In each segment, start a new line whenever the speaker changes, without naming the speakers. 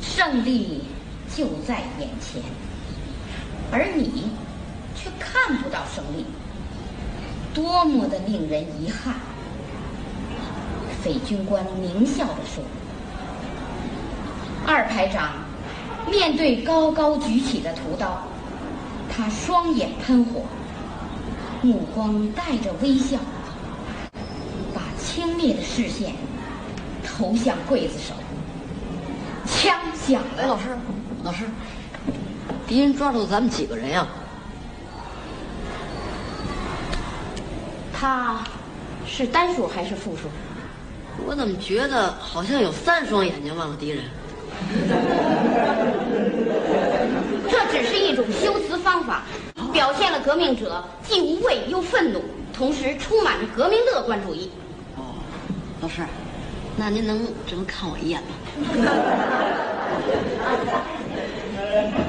胜利就在眼前，而你却看不到胜利，多么的令人遗憾！匪军官狞笑着说：“二排长面对高高举起的屠刀，他双眼喷火，目光带着微笑，把轻蔑的视线投向刽子手。枪响
哎，
了
老，师，老师，敌人抓住咱们几个人呀、
他是单数还是复数？
我怎么觉得好像有三双眼睛望着敌人？
这只是一种修辞方法，表现了革命者既无畏又愤怒，同时充满着革命乐观主义。
哦，老师，那您能这么看我一眼吗？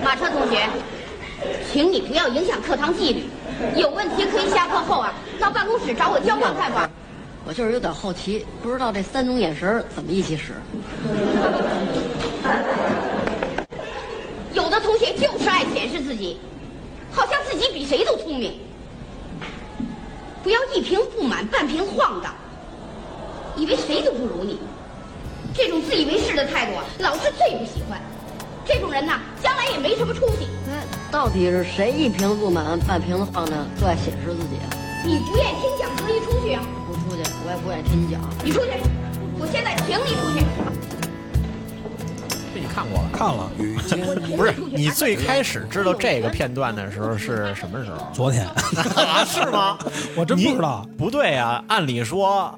马车同学，请你不要影响课堂纪律，有问题可以下课后啊到办公室找我交换看法。
我就是有点好奇，不知道这三种眼神儿怎么一起使。
有的同学就是爱显示自己，好像自己比谁都聪明。不要一瓶不满半瓶晃荡，以为谁都不如你。这种自以为是的态度啊，老师最不喜欢。这种人呐、将来也没什么出息。
哎，到底是谁一瓶不满半瓶子放着，最爱显示自己啊？
你不愿意听讲，可以出去啊！
不出去，我也不愿意听你讲。啊
你出去，我现在请你出去。
这你看过了？
看了雨间，
不是，你最开始知道这个片段的时候是什么时 候？
昨天
啊，是吗？
我真不知道
你。不对啊，按理说，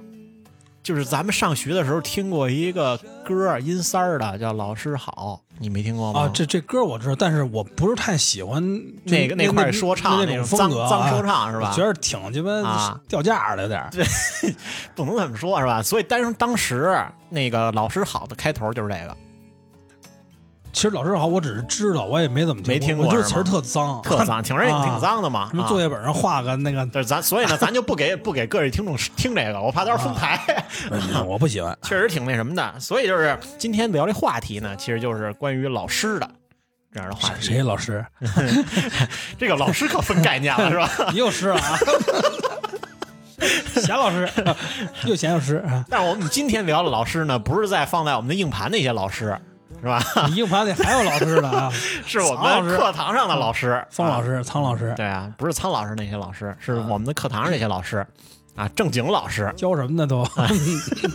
就是咱们上学的时候听过一个歌儿，阴三儿的，叫《老师好》，你没听过吗？
啊，这这歌我知道，但是我不是太喜欢就
那个
那
那块说唱
那
那种
种风
脏
格啊，
脏说唱是吧
我觉得挺鸡巴
啊
掉价的有点儿。
不能这么说，是吧？所以当当时那个《老师好》的开头就是这个，
其实老师好，我只是知道，我也没怎么
没听
过，
过
我就
是
是词
吗
儿特脏，
特 脏，挺让人挺脏的嘛。
什么
啊
作业本上画个 那个，
但是咱所 以呢，咱就不给不给各位听众听这个，我怕到时候分牌。
嗯我不喜欢。
确实挺那什么的。所以就是今天聊这话题呢，其实就是关于老师的这样的话题。
谁 老师？
这个老师可分概念了，是吧？
又是了啊！ 贤老师， 又贤老师啊！
但是我们今天聊的老师呢，不是在放在我们的硬盘那些老师，是吧？
你硬盘里还有老师呢啊！
是我
苍老
们
师
课堂上的老师，
方老
师。
师、嗯苍老师
对啊，不是苍老师那些老师，是我们的课堂上那些老师，啊，正经老师。
教什么呢？都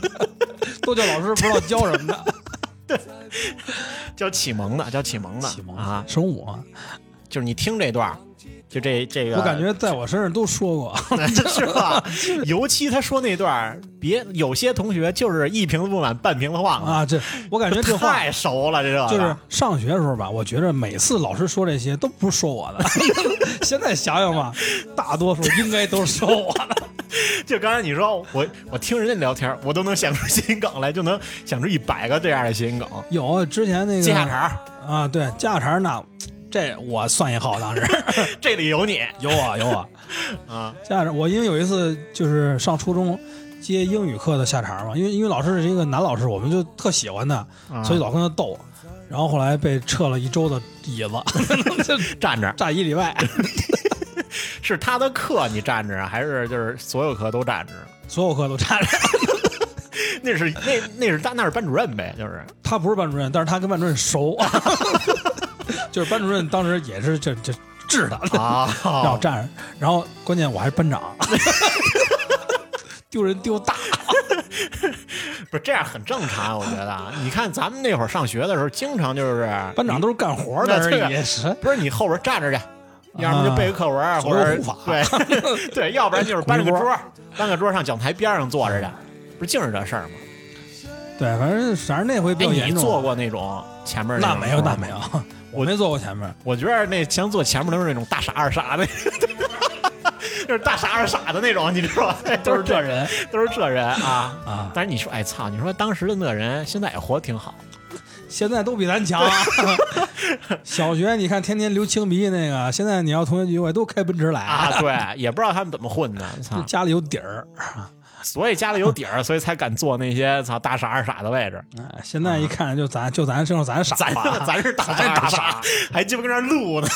都叫老师，不知道教什么呢？
叫启蒙的，叫启蒙的，
启蒙
啊，
生物啊，
就是你听这段儿，就这这个，
我感觉在我身上都说过，
是 吧？尤其他说那段儿，别有些同学就是一瓶子不满半瓶子晃
啊，这我感觉这话
太熟了，这个
就是上学的时候吧，我觉着每次老师说这些都不是说我的， 现在想想吧，大多数应该都是 说我的。
就刚才你说我我听人家聊天儿，我都能想出谐音梗来，就能想出一百个这样的谐音梗。
有啊之前那个
接下茬儿，
啊，对，接下茬儿那这我算一号，当时
这里 有你
有我有我。
啊，
下茬儿，我因为有一次就是上初中接英语课的下茬儿嘛，因为英语老师是一个男老师，我们就特喜欢他，
啊
所以老跟他斗。然后后来被撤了一周的椅子， 就
站着
站一礼拜，
是他的课你站着啊，还是就是所有课都站着？
所有课都站着。
那是那那是他那是班主任呗， 就是
他不是班主任，但是他跟班主任熟， 就是班主任当时也是这这治他，
啊，
让我站着。然后关键我还是班长， 丢人丢大。
不是这样很正常，我觉得啊。你看咱们那会儿上学的时候，经常就是
班长都是干活的
那
而
这个
已，是
不是你后边站着去，要么就背个课文儿，
啊
或者
左右护法
对 对，要不然就是 搬个
古
桌儿，搬个桌儿上讲台边上坐着去，不是净是这事儿吗？
对，反正反正那回比
哎，
较
你
严重。
坐过那种前面
那
种
没有，
是吧
那没有，我没坐过前面。
我觉得那像坐前面都是那种大傻二傻的， 就是大傻二傻的那种，你知道吧？ 都是这人，
人
都是这人啊
啊！
但是你说，哎操，你说当时的那人现在也活得挺好，
现在都比 咱强。啊小学你看天天留青鼻那个，现
啊
在你要同学聚会都开奔驰来，啊
啊，对，也不知道他们怎么混的，操
就！家里有底儿。
所以家里有底儿，所以才敢坐那些操大傻二傻的位置。
哎，现在一看就咱就咱身上咱傻
啊咱
吧，
咱是大
咱是大
傻
傻，
还鸡巴跟那儿录呢。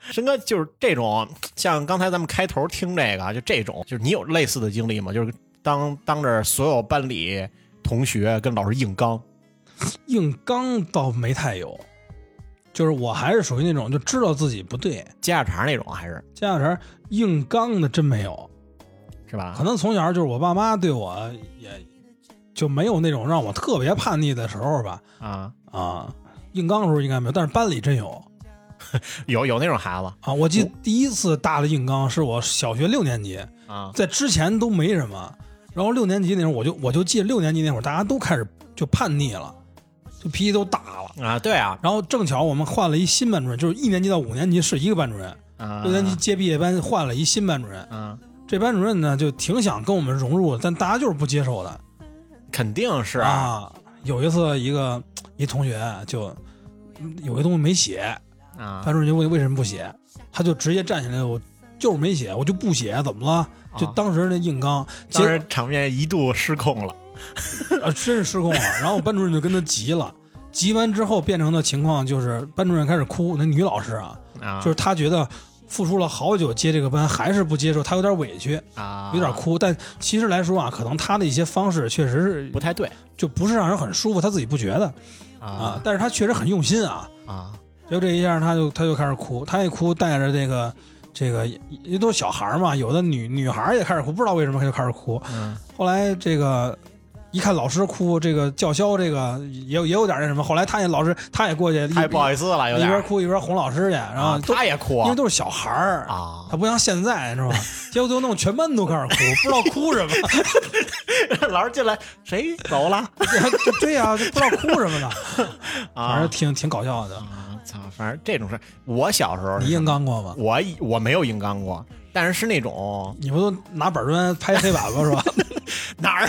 申哥就是这种，像刚才咱们开头听这个啊，就这种，就是你有类似的经历吗？就是当当着所有班里同学跟老师硬刚，
硬刚倒没太有，就是我还是属于那种就知道自己不对，
接下茬那种，啊还是
家小人硬刚的真没有，
是吧
可？能从小就是我爸妈对我也就没有那种让我特别叛逆的时候吧，
啊，
啊，硬刚的时候应该没有，但是班里真有
有有那种孩子
啊。我记得第一次大的硬刚是我小学六年级，
啊，
在之前都没什么，然后六年级那会儿我就我就记得六年级那会儿大家都开始就叛逆了，就脾气都大了。
啊，对啊，
然后正巧我们换了一新班主任，就是一年级到五年级是一个班主任，
啊
六年级接毕业班换了一新班主任。
啊，
这班主任呢就挺想跟我们融入的，但大家就是不接受的
肯定是，
啊。有一次一个一同学就嗯有一东西没写，
啊
班主任就问为什么不写，他就直接站起来，我就是没写，我就不写，怎么了？就
啊
当时那硬刚，
当
结
时场面一度失控了，
呃真是失控了。然后班主任就跟他急了，急完之后变成的情况就是班主任开始哭，那女老师啊，
啊，
就是她觉得付出了好久接这个班，还是不接受，她有点委屈，
啊，
有点哭。但其实来说啊，可能她的一些方式确实是
不太对
就不是让人很舒服，她自己不觉得啊
啊，
但是她确实很用心啊。
啊
就这一下，他就他就开始哭，他一哭带着这个这个，因为都是小孩儿嘛，有的女女孩儿也开始哭，不知道为什么她就开始哭。
嗯
后来这个一看老师哭，这个叫嚣这个也有也有点那什么。后来他也老师他也过去一，
太哎不好意思了，有
一
点
边
儿，
哭一边哄老师去，然后
啊
都、
他也哭
因为都是小孩儿。
啊，
他不像现在是吧？ 结果最后弄全班都开始哭，不知道哭什么。
老师进来，谁走 了？
对呀、就不知道哭什么呢，反正挺挺搞笑的。
啊，操！反正这种事儿，我小时候是
你硬刚过吗？
我我没有硬刚过，但是是那种
你不都拿板砖拍黑板吗？是吧？
哪儿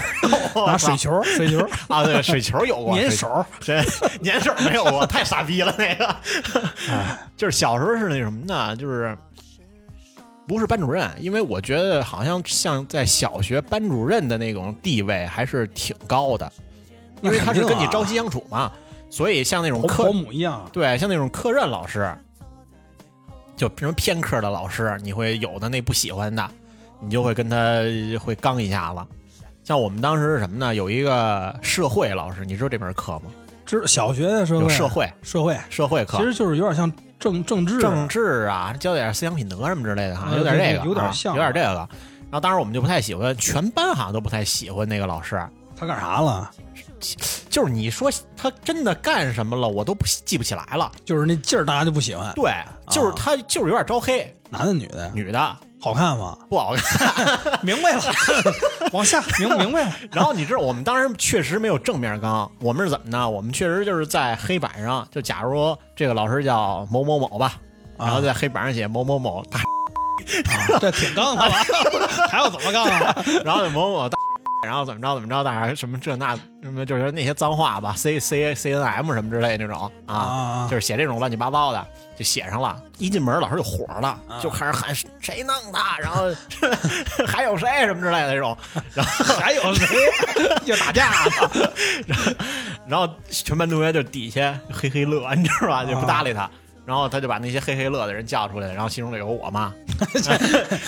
有
拿水球，水 球。
啊？对，水球有过，
粘手
水球，对，粘手没有过，太傻逼了 那个。
哎
就是小时候是那什么呢？就是不是班主任，因为我觉得好像像在小学班主任的那种地位还是挺高的，因为他是跟
啊
你朝夕相处嘛，所以像那种
同
课
保姆一样，
对，像那种科任老师，就什么偏科的老师，你会有的那不喜欢的，你就会跟他会刚一下子。像我们当时是什么呢？有一个社会老师，你知道这门课吗？
知小学的社
有
会，
社会
社会，
社会课，
其实就是有点像政政治
政治啊，教点思想品德什么之类的，好像
呃
有点
对
这
对
个，
有点
啊
像
有点这个。然后当时我们就不太喜欢，全班好像都不太喜欢那个老师。
他干啥了？
就是你说他真的干什么了，我都不记不起来了。
就是那劲儿，大家就不喜欢，
对，
啊
就是他就是有点招黑，
男的女的，
女的
好看 吗？
不好看。
明白了， 往下明 明白了，
然后你知道，我们当时确实没有正面刚，我们是怎么呢？我们确实就是在黑板上，就假如这个老师叫某某某吧，
啊
然后在黑板上写某某某大，
啊这挺杠的了，还要怎么 杠啊？
然后某某某大，然后怎么着怎么着大，什么这那什么就是那些脏话吧，C C C N M 什么之类那种啊
啊，
就是写这种乱七八糟的，就写上了。一进门，老师就火了，就开始喊谁弄的，然后 还有谁什么之类的这种，然后
还有谁 要打架呢？
啊然后全班同学就底下嘿嘿乐，你知道
啊
吧？就不搭理他。然后他就把那些嘿嘿乐的人叫出来，然后其中就有我 嘛。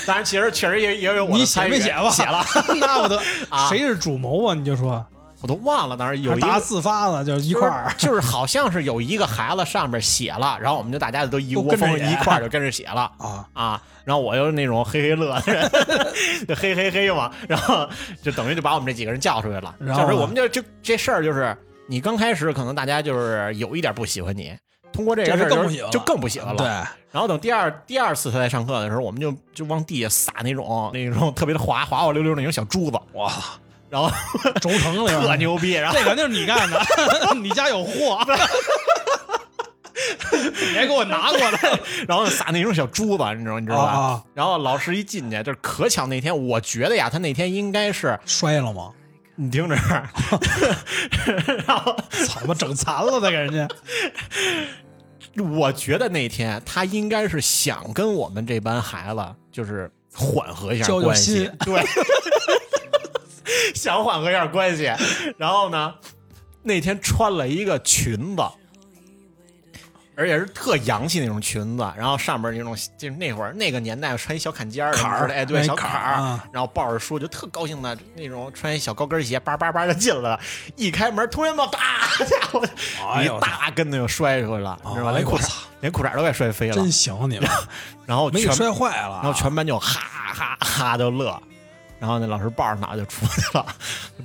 当然，其实确实也也有我
你
的
写
参与。
没写吧？
写了，，
那不得
啊
谁是主谋啊？你就说，
我都忘了。当时有
还
一
是大家
个
自发的，就是一
就是
块儿，
就是好像是有一个孩子上面写了，然后我们就大家都一
都
窝
跟着
蜂
写
一块儿就跟着写了
啊
啊。然后我又是那种嘿嘿乐的人，就嘿嘿嘿嘛。然后就等于就把我们这几个人叫出来了。
然后呢
叫出来我们就就这事儿就是，你刚开始可能大家就是有一点不喜欢你，通过这
这
个
是
事儿就
更不喜欢了
就更不喜欢了。
对，
然后等第二第二次他在上课的时候，我们就就往地下撒那种那种特别的滑滑滑溜溜那种小珠子，
哇，
然后
轴承了，
特牛逼，然后
这肯定是你干的， 你家有 货，别给我拿过来。
然后撒那种小珠子，你知道你知道吧？
啊
然后老师一进去，就是可巧那天，我觉得呀，他那天应该是
摔了吗？
你听着， 然后
操他妈，整残了再给 人家。
我觉得那天他应该是想跟我们这班孩子就是缓和一下
交交
关系
心，
对。想缓和一下关系。然后呢，那天穿了一个裙子，而且是特洋气那种裙子，然后上面那种就是那会儿那个年代穿一小坎肩儿
坎儿
什么之类的哎，对，
哎
小
坎
坎
儿
儿
啊，
然后抱着书就特高兴的那种，穿一小高跟鞋，叭叭叭就进来了。一开门，同学们，大家伙
哎
一
呦
大跟头就摔出去了，你知道吧？
哎
连
呦
裤
我
衩
操
连裤衩都快摔飞了
真。行啊你们，
然后
没 给
全
摔坏了啊。
然后全班就哈哈哈就乐，然后那老师抱着脑袋就出去了，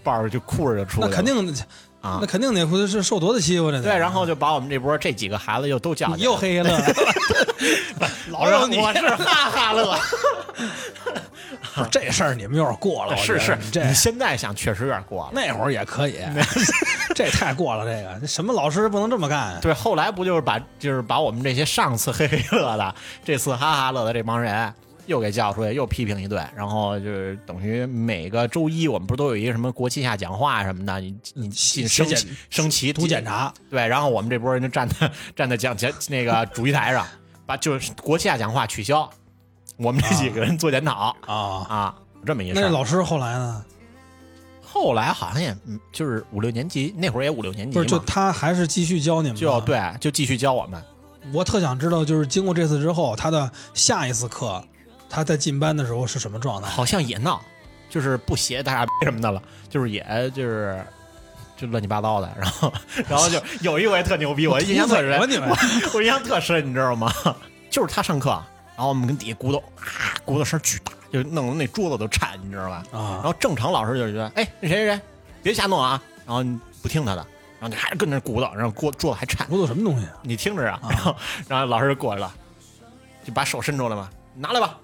抱着就哭着就出去
那
了，
肯定
啊
那肯定得是受多大欺负这得
对，然后就把我们这波这几个孩子又都叫
你又黑了， 老让你
我是哈哈 乐，
不是这事儿你们有点过了，我觉
是
得
是，
你这
你现在想确实有点过了。
那会儿也可以， 这太过了，这个这什么老师不能这么 干？
对，后来不就是把就是把我们这些上次嘿嘿乐的，这次哈哈乐的这帮人又给叫出去，又批评一顿，然后就是等于每个周一我们不是都有一个什么国旗下讲话什么的，你你进升
写
旗升旗
读检查，
对，然后我们这波人就站在站在讲讲那个主席台上，把就是国旗下讲话取消，我们这几个人做检讨
啊。
啊，这么一事
那
儿。
老师后来呢？
后来好像也嗯就是五六年级那会儿也五六年级
不
嘛，
是，就他还是继续教你们？
就。对就继续教我们。
我特想知道，就是经过这次之后，他的下一次课，他在进班的时候是什么状态？
好像也闹，就是不写大家 什么的了，就是也就是就乱七八糟的。然后然 后就有一回特牛逼，我印象特深，
土匪吧你 们
我我印象特深，你知道吗？就是他上课，啊然后我们跟底下鼓捣啊，鼓捣声巨大，就弄得那桌子都颤，你知道吧？然
啊
后正常老师就觉得，哎，那谁谁谁，别瞎弄啊，然后你不听他的，然后你还跟那鼓捣，然后桌桌子还颤，
鼓捣什么东西啊？
你听着啊，然后然后老师就过来了，就把手伸出来嘛，拿来吧，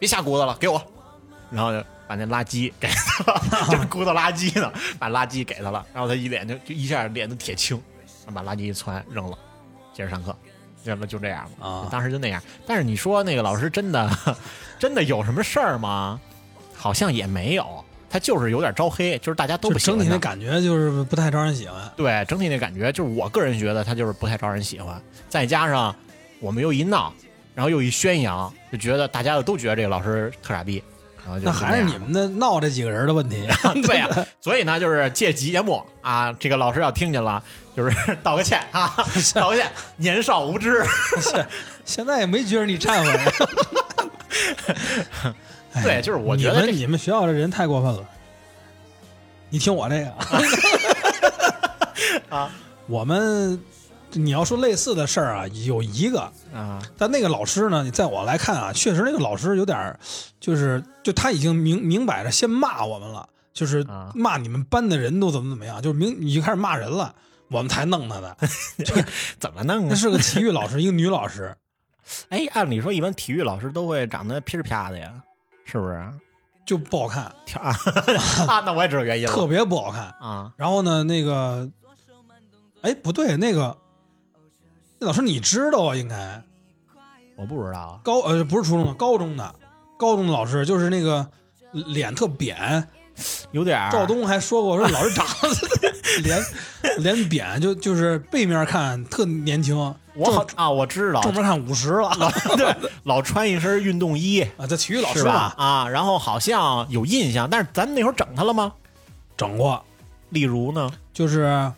别瞎鼓捣了，给我，然后就把那垃圾给他了， 就是鼓捣垃圾呢，把垃圾给他了，然后他一脸就就一下脸都铁青，然后把垃圾一窜扔了，接着上课，就就这样嘛。
啊
当时就那样。但是你说那个老师真的真的有什么事儿吗？好像也没有，他就是有点招黑，就是大家都
就
不喜
整
欢
体
他
那感觉就是不太招人喜欢。
对整体那感觉，就是我个人觉得他就是不太招人喜欢。再加上我们又一闹，然后又一宣扬，就觉得大家都觉得这个老师特傻逼，然后就
那还是
样
你们的闹这几个人的 问题。
对 呀、所以呢，就是借节目啊，这个老师要听见了，就是道个歉啊，道个歉，年少无知。
现在也没觉得你忏悔。哎
对就是我觉得这
你们你们学校这人太过分了。你听我这个
啊，
我们你要说类似的事儿啊，有一个，
啊
但那个老师呢，在我来看啊，确实那个老师有点儿，就是就他已经明明摆着先骂我们了，就是
啊
骂你们班的人都怎么怎么样，就是明已经开始骂人了，我们才弄他的。
怎么弄
那
啊？
是个体育老师，一个女老师，
哎，按理说一般体育老师都会长得噼里啪啦的呀，是不是？
就不好看，
跳啊 啊，那我也知道原因
特
了
别不好看。
啊
然后呢，那个，哎，不对，那个，那老师你知道啊？应该
我不知道
高呃不是初中的，高中的，高中的老师就是那个脸特扁。
啊有点儿
赵东还说过，说老师长得 脸脸扁，就就是背面看特年轻，
我好啊，我知道，
正面看五十了
老 对老穿一身运动衣，
啊。这体育老
是
师
吧
嘛？，
啊，然后好像有印象，但是咱们那会儿整他了吗？
整过，
例如呢？
就是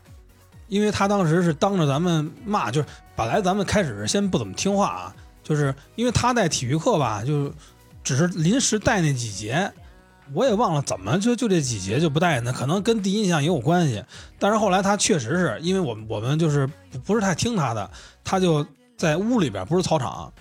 因为他当时是当着咱们骂，就是本来咱们开始先不怎么听话啊，就是因为他带体育课吧，就只是临时带那几节，我也忘了怎么就就这几节就不带呢，可能跟第一印象也有关系。但是后来他确实是因为我们我们就是不不是太听他的，他就在屋里边，不是操场，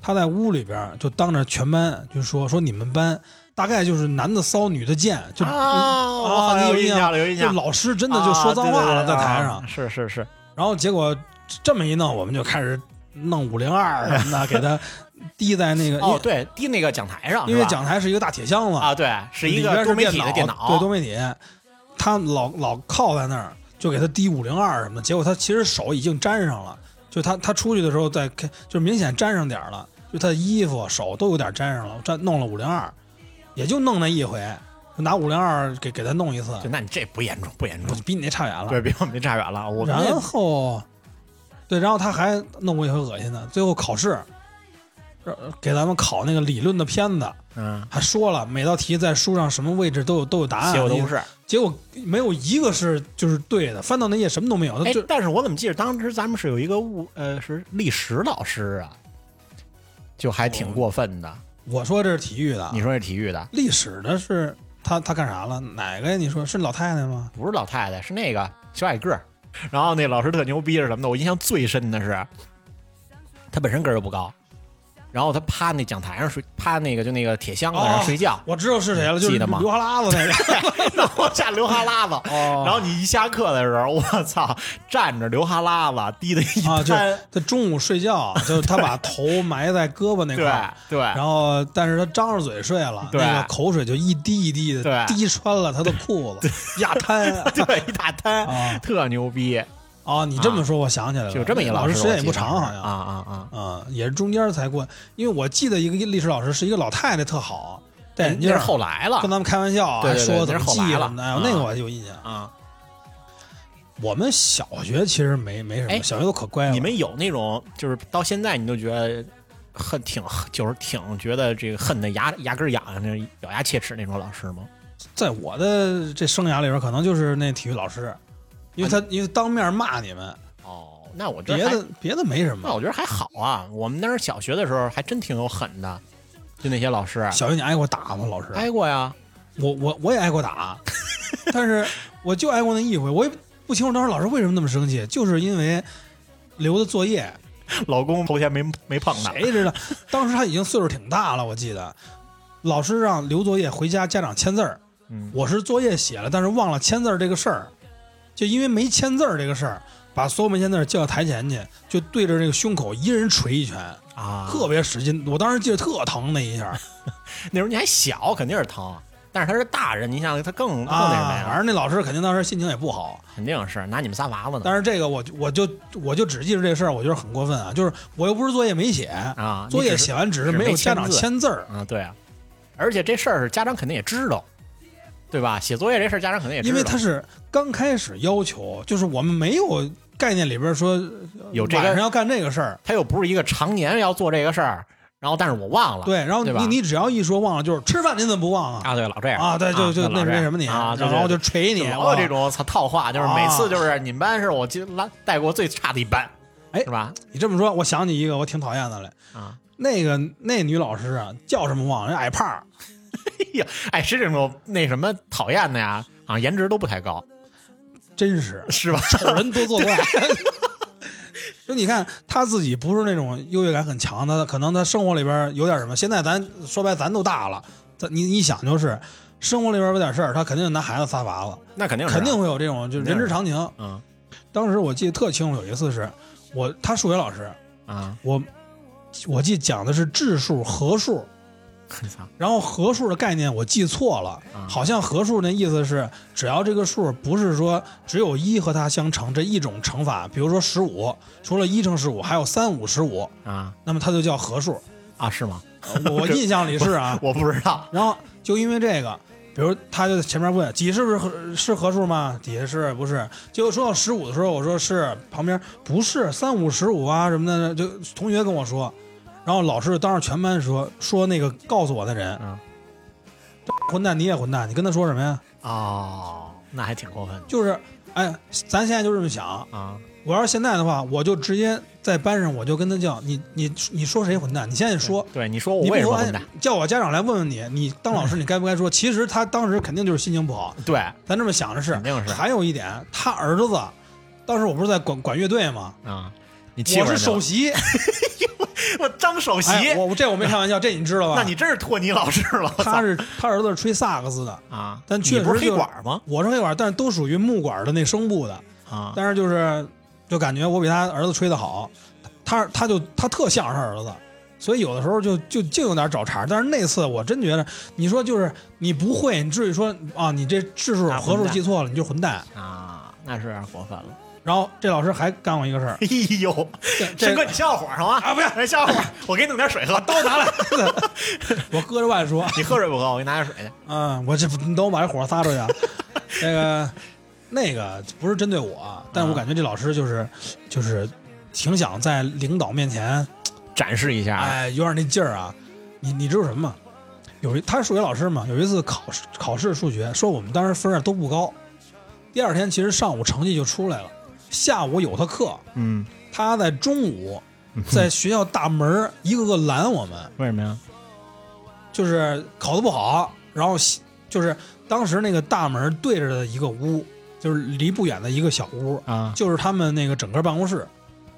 他在屋里边就当着全班就说说你们班。大概就是男的骚，女的贱，就
啊
你
有印
印
象了，有印
就
象，
老师真的就说脏话
啊啊
了，
对
在
对对
台
啊
上。
是是是，
然后结果这么一弄，我们就开始弄五零二什 么的，给他滴在那个，
哦对，滴那个讲台上，
因为
是吧
讲台是一个大铁箱子，
啊，对，是一
里边
个
是
多媒体的
电
脑，
对多媒体，他老老靠在那儿，就给他滴五零二什么的。结果他其实手已经沾上了，就他他出去的时候在开，就明显沾上点儿了，就他的衣服手都有点沾上了，沾弄了五零二，也就弄那一回，就拿五零二给给他弄一次，
就那你这不严重，不严
我
重
就，比你那差远了。
对，比我们这差远了，我们
然
那
后，对，然后他还弄过一回恶心的，最后考试，让呃给咱们考那个理论的片子，
嗯，
还说了每道题在书上什么位置都有都有答案，
结果都不是。
结果没有一个是就是对的，翻到那页什么都没有，他
哎
就，
但是我怎么记得当时咱们是有一个物呃是历史老师啊，就还
哦
挺过分的。
我说这是体育的，
你说是体育的，
历史的是他他干啥了？哪个呀？你说是老太太吗？
不是老太太，是那个小矮个儿。然后那老师特牛逼是什么的？我印象最深的是，他本身个儿就不高，然后他趴那讲台上睡，趴那个就那个铁箱子
哦
上睡 觉，
我知道是谁了，就是
记得吗
流哈喇子那个。
然后下流哈喇子。
哦
然后你一下课的时候，我操，站着流哈喇子，滴的哦一
啊，就
滩，
他中午睡觉，就是他把头埋在胳膊那块
对
儿，
对，
然后但是他张着嘴睡了，
哎对
那个口水就一滴一滴的
对
滴穿了他的裤子，压瘫啊
对一大滩，
啊
特牛逼，
啊！你这么说，我想起来了，
就这么一
老
师，
时间也不
我记得
长，好像
啊啊啊！
啊，也是中间才过，因为我记得一个历史老师是一个老太太，特好，戴眼
哎那
镜
是
儿，
后来了
跟咱们开玩笑啊，
对
还
对对
说
那
怎
是
么
后
记
来
什
了
么的，哎呦
啊
那个我有印象。
啊。
我们小学其实没没什么，
哎
小学都可乖了。
你们有那种就是到现在你都觉得恨挺就是挺觉得这个恨的牙牙根痒痒，那咬牙切齿那种老师吗？
在我的这生涯里边，可能就是那体育老师，因为他因为当面骂你们，
哦，那我觉
别
得还
的别的没什
那
么。
我觉得还好啊。我们那时小学的时候还真挺有狠的，就那些老师
小学你挨过打吗？老师，
挨过呀。
我我我也挨 过打，但是我就挨过那一回，我也不清楚当时老师为什么那么生气，就是因为留的作业。
啊老公头前没没碰呢，
谁知道？当时他已经岁数挺大了，我记得，老师让留作业回家，家长签字儿。
嗯
我是作业写了，但是忘了签字儿这个事儿，就因为没签字儿这个事儿，把所有没签字儿叫到台前去，就对着这个胸口一人捶一拳，
啊，
特别使劲。我当时记得特疼那 一下儿
那时候你还小，肯定是疼。但是他是大人，你想他更更那什么
啊，反
呀？
正那老师肯定当时心情也不好。
肯定是拿你们仨娃子呢
但是这个我就我就我就只记住这事儿，我觉得很过分啊！就是我又不是作业没写，
啊！你
作业
只是
写完只是
只
没有
没签
家长
字
签字儿，
啊，对啊，而且这事儿家长肯定也知道，对吧？写作业这事儿家长肯定也知道，
因为他是刚开始要求，就是我们没有概念里边说
有这
晚上
个，
要干这个事儿，
他又不是一个常年要做这个事儿，然后但是我忘了，
对，然后
啊对吧
你你只要一说忘了，就是吃饭您怎么不忘啊？
啊，对，老这样
啊，对，就就
那老
那
这
那
样
什么你，
啊，
然后就捶你，啊
老
哇
有这种操套话，就是每次
啊
就是你们班是我今拉带过最差的一班，
哎
是吧？
你这么说，我想起一个我挺讨厌的来，
啊，
那个那女老师啊，叫什么忘了，人矮胖儿，
哎呀，哎，是这种那什么讨厌的呀，啊，颜值都不太高，
真是
是吧？
丑人多作怪。 就你看他自己不是那种优越感很强的，可能他生活里边有点什么。现在咱说白，咱都大了，咱你你想就是生活里边有点事儿，他肯定拿孩子撒法子，
那肯定是啊
肯定会有这种就是人之常情。
嗯
当时我记得特清楚，有一次是我他数学老师，
啊，
我我记得讲的是质数、合数，
你操
然后合数的概念我记错了，好像合数那意思是，只要这个数不是说只有一和它相乘这一种乘法，比如说十五，除了一乘十五，还有三五十五，
啊
那么它就叫合数。
啊，是吗？
呃我印象里是啊，
我不知道
然后就因为这个，比如他就在前面问几是不是合是合数吗？底下是不是？结果说到十五的时候，我说是，旁边不是三五十五啊什么的，就同学跟我说，然后老师当着全班说说那个告诉我的人，
嗯
混蛋你也混蛋，你跟他说什么呀？
哦，那还挺过分的
就是哎，咱现在就这么想，
啊。
我要是现在的话，我就直接在班上我就跟他叫你你你说谁混蛋？你现在说。
对，你说我
你不
哦为什么嗯
说
混蛋？
哎叫我家长来问问你，你当老师你该不该说？其实他当时肯定就是心情不好，
对，
咱这么想着是。
肯定是
还有一点，他儿子当时我不是在管管乐队吗？
啊，你欺
我
负
是
人家
首席，
我张首席，
哎、我我这我没开玩笑，这你知道吧？
那你真是托尼老师了。我操
他是他儿子是吹萨克斯的，
啊，
但确
你
实
不是黑
就
管吗？
我是黑管，但是都属于木管的那声部的。
啊，
但是就是就感觉我比他儿子吹的好，他他就他特像是他儿子，所以有的时候就就净有点找茬儿。但是那次我真觉得，你说就是你不会，你至于说啊，你这质数
啊
合数
混蛋
记错了，你就是混蛋。
啊，那是有点过分了。
然后这老师还干过一个事儿，
哎呦，
这
陈哥，你消火上啊？啊，不要，来消火，我给你弄点水喝。刀拿来，
我搁着外说，
你喝水不喝？我给你拿点水去。
嗯，我这你等我把这火撒出去 啊。那个那个不是针啊对我，但我感觉这老师就是就是挺想在领导面前
展示一下，
哎，有点那劲儿啊。你你知道什么吗？有一他是数学老师嘛，有一次考试考试数学，说我们当时分儿都不高，第二天其实上午成绩就出来了，下午有他课，
嗯，
他在中午在学校大门儿一个个拦我们，
为什么呀？
就是考得不好，然后西就是当时那个大门对着的一个屋，就是离不远的一个小屋，
啊，
就是他们那个整个办公室，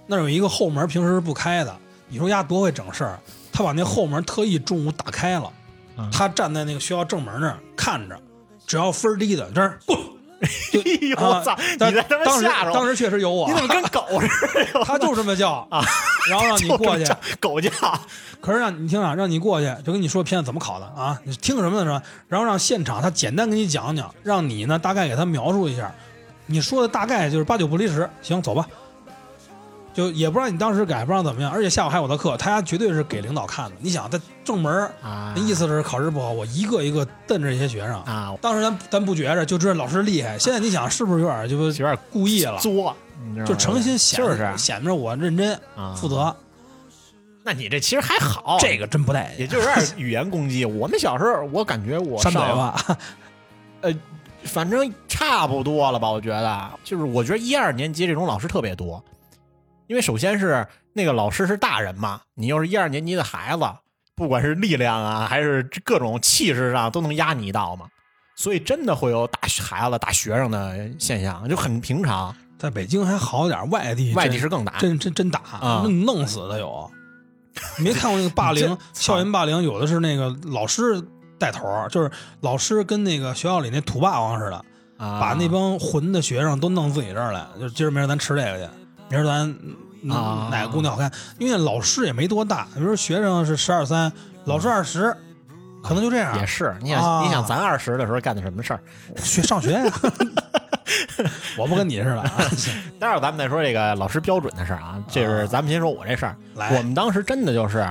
那儿有一个后门，平时是不开的。你说丫多会整事儿，他把那后门特意中午打开了
啊，
他站在那个学校正门那儿看着，只要分儿低的，这儿滚。就
哎呦
啊
我操
但
你在他妈
当时
吓着我
当时确实有我
你，怎么跟狗似的？
他就这么叫
啊，
然后让你过
就这么
去，
叫狗叫，
可是让你听啊，让你过去就跟你说片子怎么考的啊，你听什么的是吧？然后让现场他简单给你讲讲，让你呢大概给他描述一下，你说的大概就是八九不离十。行，走吧。就也不知道你当时改，不知道怎么样，而且下午还有我的课，他家绝对是给领导看的。你想，在正门儿
啊
那意思是考试不好，我一个一个瞪着这些学生。
啊，
当时咱咱不觉着，就知道老师厉害。现在你想，是不是有点就
有点
故意了，
作，你知道吗
就诚心显
就是
显着我认真
啊
负责，
那你这其实还好，
这个真不待
也
见，
就是有 点语言攻击。我们小时候，我感觉我
扇
上
嘴巴。
反正差不多了吧？我觉得，就是我觉得一二年级这种老师特别多，因为首先是那个老师是大人嘛，你又是一二年级的孩子，不管是力量啊，还是各种气势上，都能压你一道嘛。所以真的会有打孩子、打学生的现象，就很平常。
在北京还好点儿，外地真
外地是更打，
真真真打
啊
那弄死的有。你没看过那个霸
这
凌，校园霸凌有的是那个老师带头儿，就是老师跟那个学校里那土霸王似的，
啊
把那帮混的学生都弄自己这儿来，就今儿明儿咱吃这个去，明儿咱嗯
啊
哪个姑娘好看？因为老师也没多大，比如说学生是十二三，老师二十，可能就这样
也。是。你想，
啊
你想，咱二十的时候干的什么事儿？
学上学呀， 我不跟你似的啊。
待会儿咱们再说这个老师标准的事儿啊，这是咱们先说我这事儿。
来
我们当时真的就是，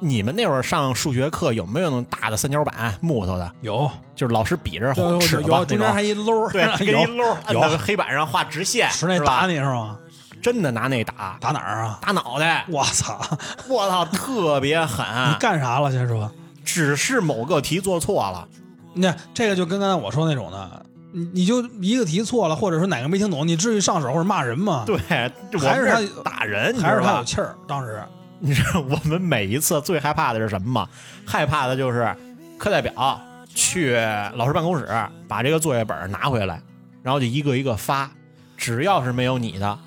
你们那会儿上数学课有没有那种大的三角板木头的，
有
就是老师比着
有
尺子
有，
吧那
中间还
种？
一搂儿，
对，跟一
有
摞儿按
有
在黑板上画直线，
室内
是吧
打你是吗？
真的拿那打
打哪儿啊？
打脑 袋，
我操！
我操，特别
你
狠。
干啥了？先说，
只是某个题做错了，
那这个就跟刚才我说那种的，你你就一个题错了，或者说哪个没听懂，你至于上手或者骂人吗？
对，
还是
我
他
们这儿打人，你知
还是
道
他
吧
有？气儿？当时
你知道 我们每一次最害怕的是什么吗？害怕的就是课代表去老师办公室把这个作业本拿回来，然后就一个一个发，只要是没有你的，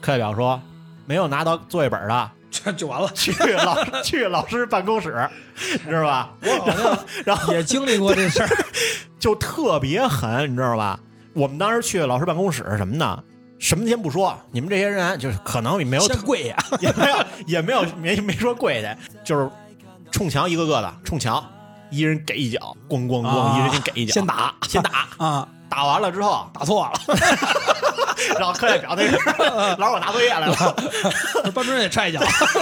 课代表说没有拿到作业本的，
这就完了。
去老去老师办公室，你知道吧？
我好像
然后
也经历过这 事儿，
就特别狠，你知道吧？我们当时去老师办公室是什么呢？什么先不说，你们这些人啊就是可能没有
先跪下，
也没有也没有没没说跪下，就是冲墙一个个的冲墙，一人给一脚，咣咣咣，
啊
一人先给一脚，
先打
先打，
啊！
打完了之后，
打错了，
然后课代表那边 老师我拿作业来了，
班主任也踹一脚。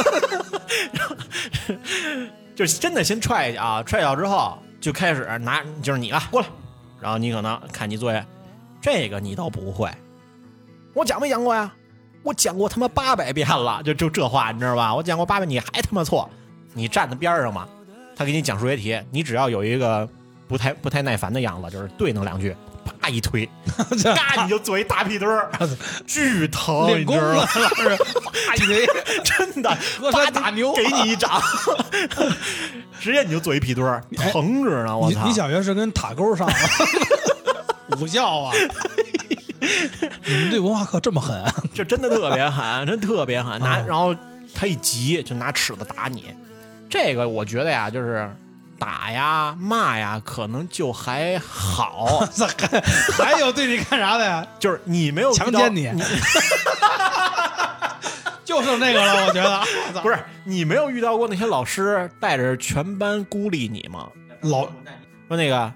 就是真的先踹一脚，踹一脚之后就开始拿，就是你了，过来，然后你可能看你作业，这个你都不会，我讲没讲过呀？我讲过他妈八百遍了，就就这话你知道吧？我讲过八百，你还他妈错，你站在边儿上嘛，他给你讲数学题，你只要有一个不太不太耐烦的样子，就是对弄两句，啪一推， 嘎你就做一大屁墩 儿，巨疼，
练
你知
功
道吗
了，？老师， 啪一 锤，
真 的，
喝
啪
山打牛
给你一掌，啊 直接你就做一屁墩儿，
哎
疼着呢，我
你
操！
你小学是跟塔沟上的 武校 啊？你们对文化课这么狠啊？，
这真的特别狠，真特别狠，拿然后他一急就拿尺子打你，这个我觉得呀，就是打呀骂呀，可能就还好
还还有对你干啥的呀？
就是你没有遇到
强奸你， 就剩这个了，我觉得。
不是你没有遇到过那些老师带着全班孤立你吗？
老
说那个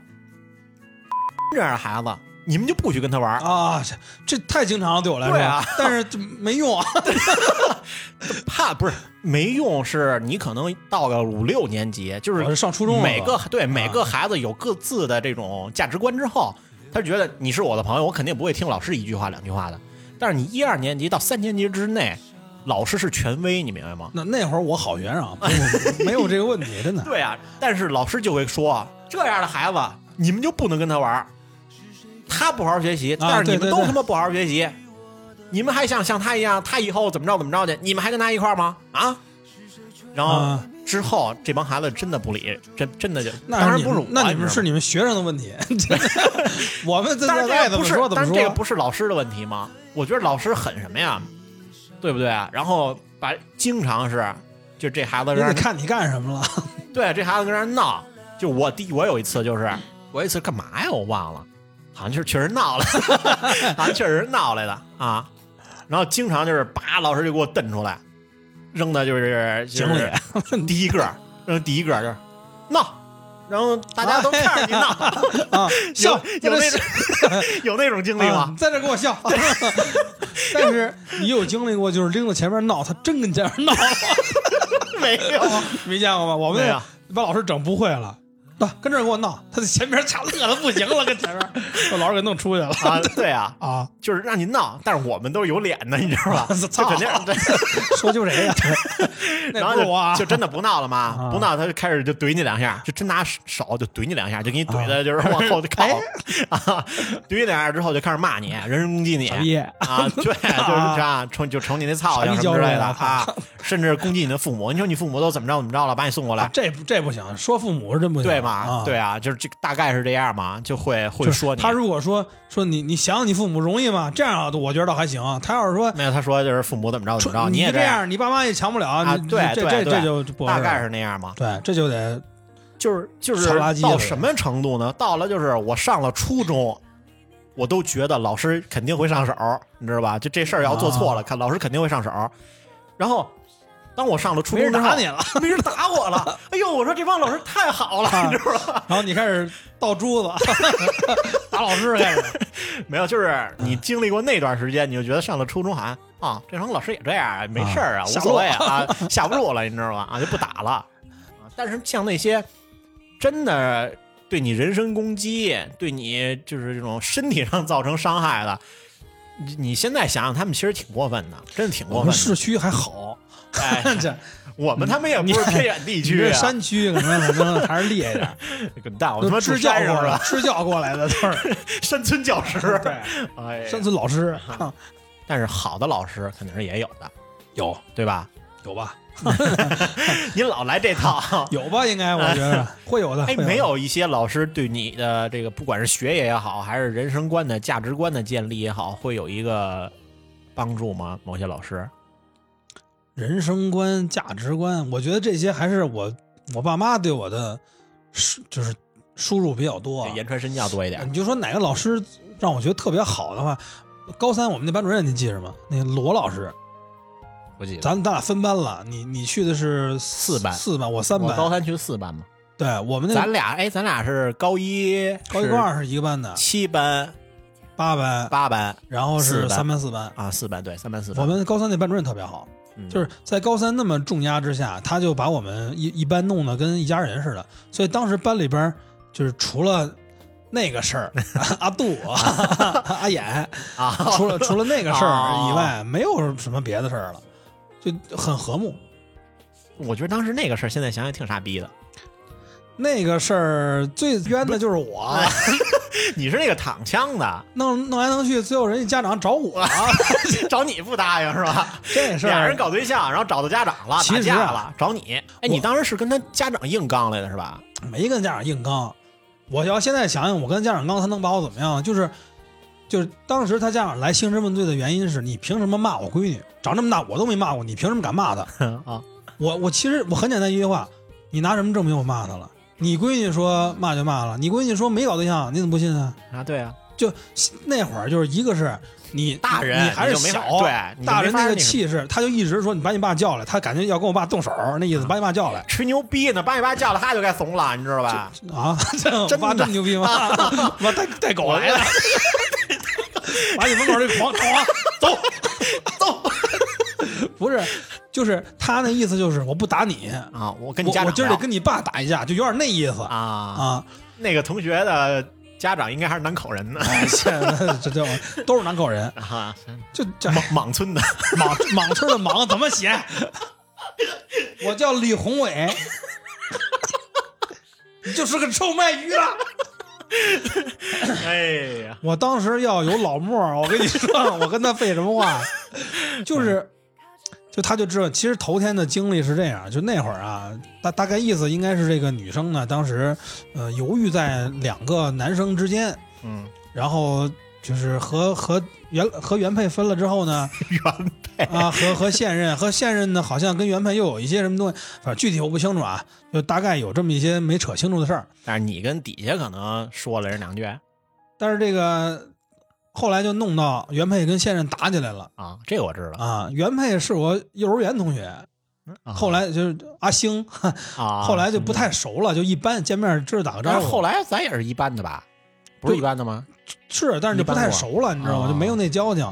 这样的孩子，你们就不许跟他玩儿。
啊，这这太经常了，对我来说。
对啊
但是这没 用啊。
怕不是没用，是你可能到个五六年级，就
我是
是
上初中了啊
每个
吧
对每个孩子有各自的这种价值观之后，他觉得你是我的朋友，我肯定不会听老师一句话两句话的。但是你一二年级到三年级之内，老师是权威，你明白吗？
那那会儿我好学生啊，不 没有这个问题， 真的。
对啊，但是老师就会说啊，这样的孩子你们就不能跟他玩儿，他不好好学习，但是你
对
们
啊对
都
对
他妈不好好学习，你们还想像他一样，他以后怎么着怎么着去，你们还跟他一块儿吗？啊？然后、
啊
之后这帮孩子真的不理，真真的就
那
当然
你
不是
们
我啊
那你
知
们
道
是
吗
你们学生的问题， 真的我们这
但
这
是这
爱
个
怎
不
么
是
说，怎么
但是这个
说。
不是老师的问题吗？我觉得老师很什么呀，对不对啊？然后把经常是就这孩子
你
让人
得看你干 什么了，
对这孩子跟人闹，就我第我有一次就是我有一次干嘛呀？我忘了，好像就是确实闹了， 好像确实闹来的啊。然后经常就是叭，老师就给我瞪出来，扔的就是
井
就是
里啊
第一个，扔第一个就是闹。然后大家都看着你 闹，
啊，
有
笑
有那
在这
种有那种经历
啊
吗？
在这给 我笑。 但是你有经历过，就是拎着前面闹，他真跟前面闹了，
没有，
没见过吧？ 我们
没
那
有啊
把老师整不会了。啊，跟这儿给我 闹，他在前边掐乐的不行了，跟前面把老师给弄出去了
啊，对啊，
啊！
就是让你闹，但是我们都是有脸的，你知道吧？就
操
肯定对，
说 究谁呀？
然
那
后
不是我啊，
就就真的不闹了嘛
啊，
不闹他就开始就怼你两下，就真拿手就怼你两下，就给你怼的，就是往后就靠
哎
啊，怼你两下之后就开始骂你，人身攻击你
傻逼
啊，对，就是啊，成就成你那操性
傻逼
什么之类的
教授啊
啊，甚至攻击你的父母，你说你父母都怎么着怎么着了，把你送过来
啊，这不这不行，说父母是真不行，
对
啊
嘛？对啊，就是这大概是这样嘛，就会会
就是
说你
他。如果说说你你想想你父母容易吗？这样啊，我觉得倒还行。他要是说
没有，他说就是父母怎么着怎么
说
着，
你
也这
这
样，
样，你爸妈也强不了，
啊
你
对
这
对
这
对
这就不合
大
适
概是那样嘛。
对，这就得
就是就是
臭垃圾
到
了
什么程度呢？到了就是我上了初中，我都觉得老师肯定会上手，你知道吧？就这事儿要做错
啊
了，看老师肯定会上手。然后当我上了初
没
中
人
之后，
打你啊了，
没人打我了。哎呦，我说这帮老师太好了，
啊
你知道吧？
然后你开始倒珠子， 打老师开始。
没有，就是你经历过那段时间，你就觉得上了初中好像啊，这帮老师也这样啊，没事儿啊，
啊
无
吓
所谓啊，吓不住了，你知道吧？啊，就不打了。啊但是像那些真的对你人身攻击，对你就是这种身体上造成伤害的。你你现在想想，他们其实挺过分的，真的挺
我
过
们
分的。
市区 还好，
哎，
这
我们他们也不
你
是偏远地
你
区
这
啊，
山区可能可能还是厉害 一点，
滚蛋！我他
都
妈
支
住
教
山上
过
是
来，
吧？
支教过来的都 是
山村教师，
对，
哎呀，
山村 老师啊
但是好的老师肯定是也有的，
有
对吧？
有吧？
你老来这 套。
有吧？应该我 觉得会有的。
哎，
会的
没有一些老师对你的这个，不管是学业也好，还是人生观的价值观的建立也好，会有一个帮助吗？某些老师
人生观、价值观，我觉得这些还是我我爸妈对我的输就是输入比较多啊。
言传身教多一点
你就说哪个老师让我觉得特别好的话，高三我们那班主任您记着吗？那个罗老师，
不记得
咱咱俩分班了，你你去的是
四班
四班，我三
我高
班。
三去四班嘛，
对我们那
咱俩哎，咱俩是高一
高一高二是一个班的，
七班
八班，
八班
然后
四
是
班
三班四班。
啊，四班对三班四
我
班，
们高三那班主任特别好，
嗯
就是在高三那么重压之下，他就把我们一一班弄得跟一家人似的。所以当时班里边儿就是除了那个事 儿，阿杜、阿衍，
啊，
除了除了那个事
哦
儿以外，没有什么别的事儿了，就很和睦。
我觉得当时那个事儿，现在想想挺傻逼的。
那个事儿最冤的就是我，
哎你是那个躺枪的，
弄弄来弄去，最后人家家长找我，
找你不答应是吧？
这事
哎俩
儿
人搞对象，然后找到家长了，
其
打
实啊
架了，找你。哎，你
我
当时是跟他家长硬刚来的是吧？
没跟家长硬刚。我要现在想想，我跟家长刚，他能把我怎么样？啊就是，就是当时他家长来兴师问罪的原因是你凭什么骂我闺女？长这么大我都没骂过，你凭什么敢骂她？
啊，
我我其实我很简单一句话，你拿什么证明我骂她了？你闺女说骂就骂了，你闺女说没搞对象，你怎么不信啊？
啊，对啊，
就那会儿就是一个是你
大人
你还是
你就没
小
法，对你就
大
没
人
法
那
那
个
个
气势，他就一直说你把你爸叫来，他感觉要跟我爸动手那
嗯
意思，把你爸叫来。
吹牛逼呢，把你爸叫了，他就该怂了，你知道吧？
啊， 这
真的
我爸这么牛逼吗？ 我带带狗来了，把你门口这狂 狂走走，不是，就是他那意思就是我不打你，
啊，我跟你
我
家长
我今儿得
聊
啊跟你爸打一架，就有点那意思
啊
啊
那个同学的家长应该还是南口 人呢，
哎，现在这叫都是南口人，
啊，
就这
莽莽 村的，
莽莽村的莽怎么写？我叫李宏伟， 你就是个臭卖鱼了。
哎呀，
我当时要有老莫儿，我跟你说，我跟他废什 么话？就是，就他就知道，其实头天的经历是这样，就那会儿啊，大大概意思应该是这个女生呢，当时呃犹豫在两个男生之间，
嗯，
然后就是和和原和原配分了之后呢，
原配，
啊，和和现任和现任呢，好像跟原配又有一些什么东西，反正具体我不清楚啊，就大概有这么一些没扯清楚的事儿。
但是你跟底下可能说了人两句
但是这个后来就弄到原配跟现任打起来了
啊，这我知道。
啊，原配是我幼儿园同学，
啊
后来就是阿星，哈
啊，嗯
后来就不太熟了，就一般见面知道打个
但
招
是
呼。
后来咱也是一般的吧？不是一般的吗？
是，但是就不太熟了，你知道
啊
吗？就没有那交情。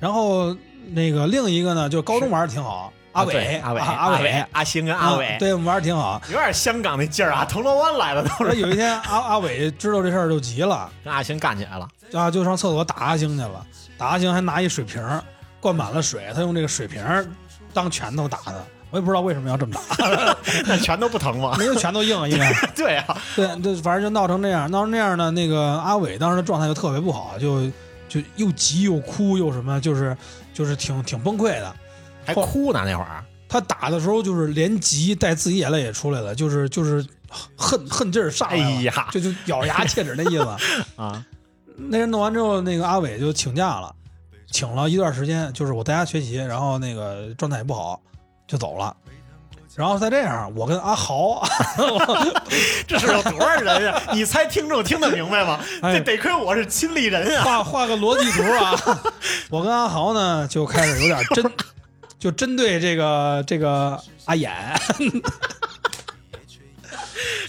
然后那个另一个呢，就高中玩的挺好，阿
啊对
伟，
阿伟，
伟，
阿
阿
伟，阿星跟阿伟
啊，对我们玩的挺好。
有点香港那劲儿啊，铜锣湾来的都
然后
是
有一天，阿阿伟知道这事儿就急了，
跟 阿星干起来了。
啊，就上厕所打阿星去了。打阿星还拿一水瓶儿灌满了水，他用这个水瓶儿当拳头打的。我也不知道为什么要这么打，
那拳头不疼吗？
没有拳头硬啊，应该
对啊，
对对，反正就闹成这样，闹成这样呢，那个阿伟当时的状态就特别不好，就就又急又哭又什么，就是就是挺挺崩溃的。
还哭呢那会儿。
他打的时候就是连急带自己眼泪也出来了，就是就是恨恨劲儿上来了，
哎呀
就就咬牙切齿那意思。
啊，
那人弄完之后，那个阿伟就请假了，请了一段时间，就是我在家学习，然后那个状态也不好，就走了。然后再这样，我跟阿豪，
这是有多少人 啊？你猜听众听得明白吗？
哎
这得亏我是亲历人啊！
画画个逻辑图啊。 我跟阿豪呢就开始有点针，就针对这个这个阿衍， 就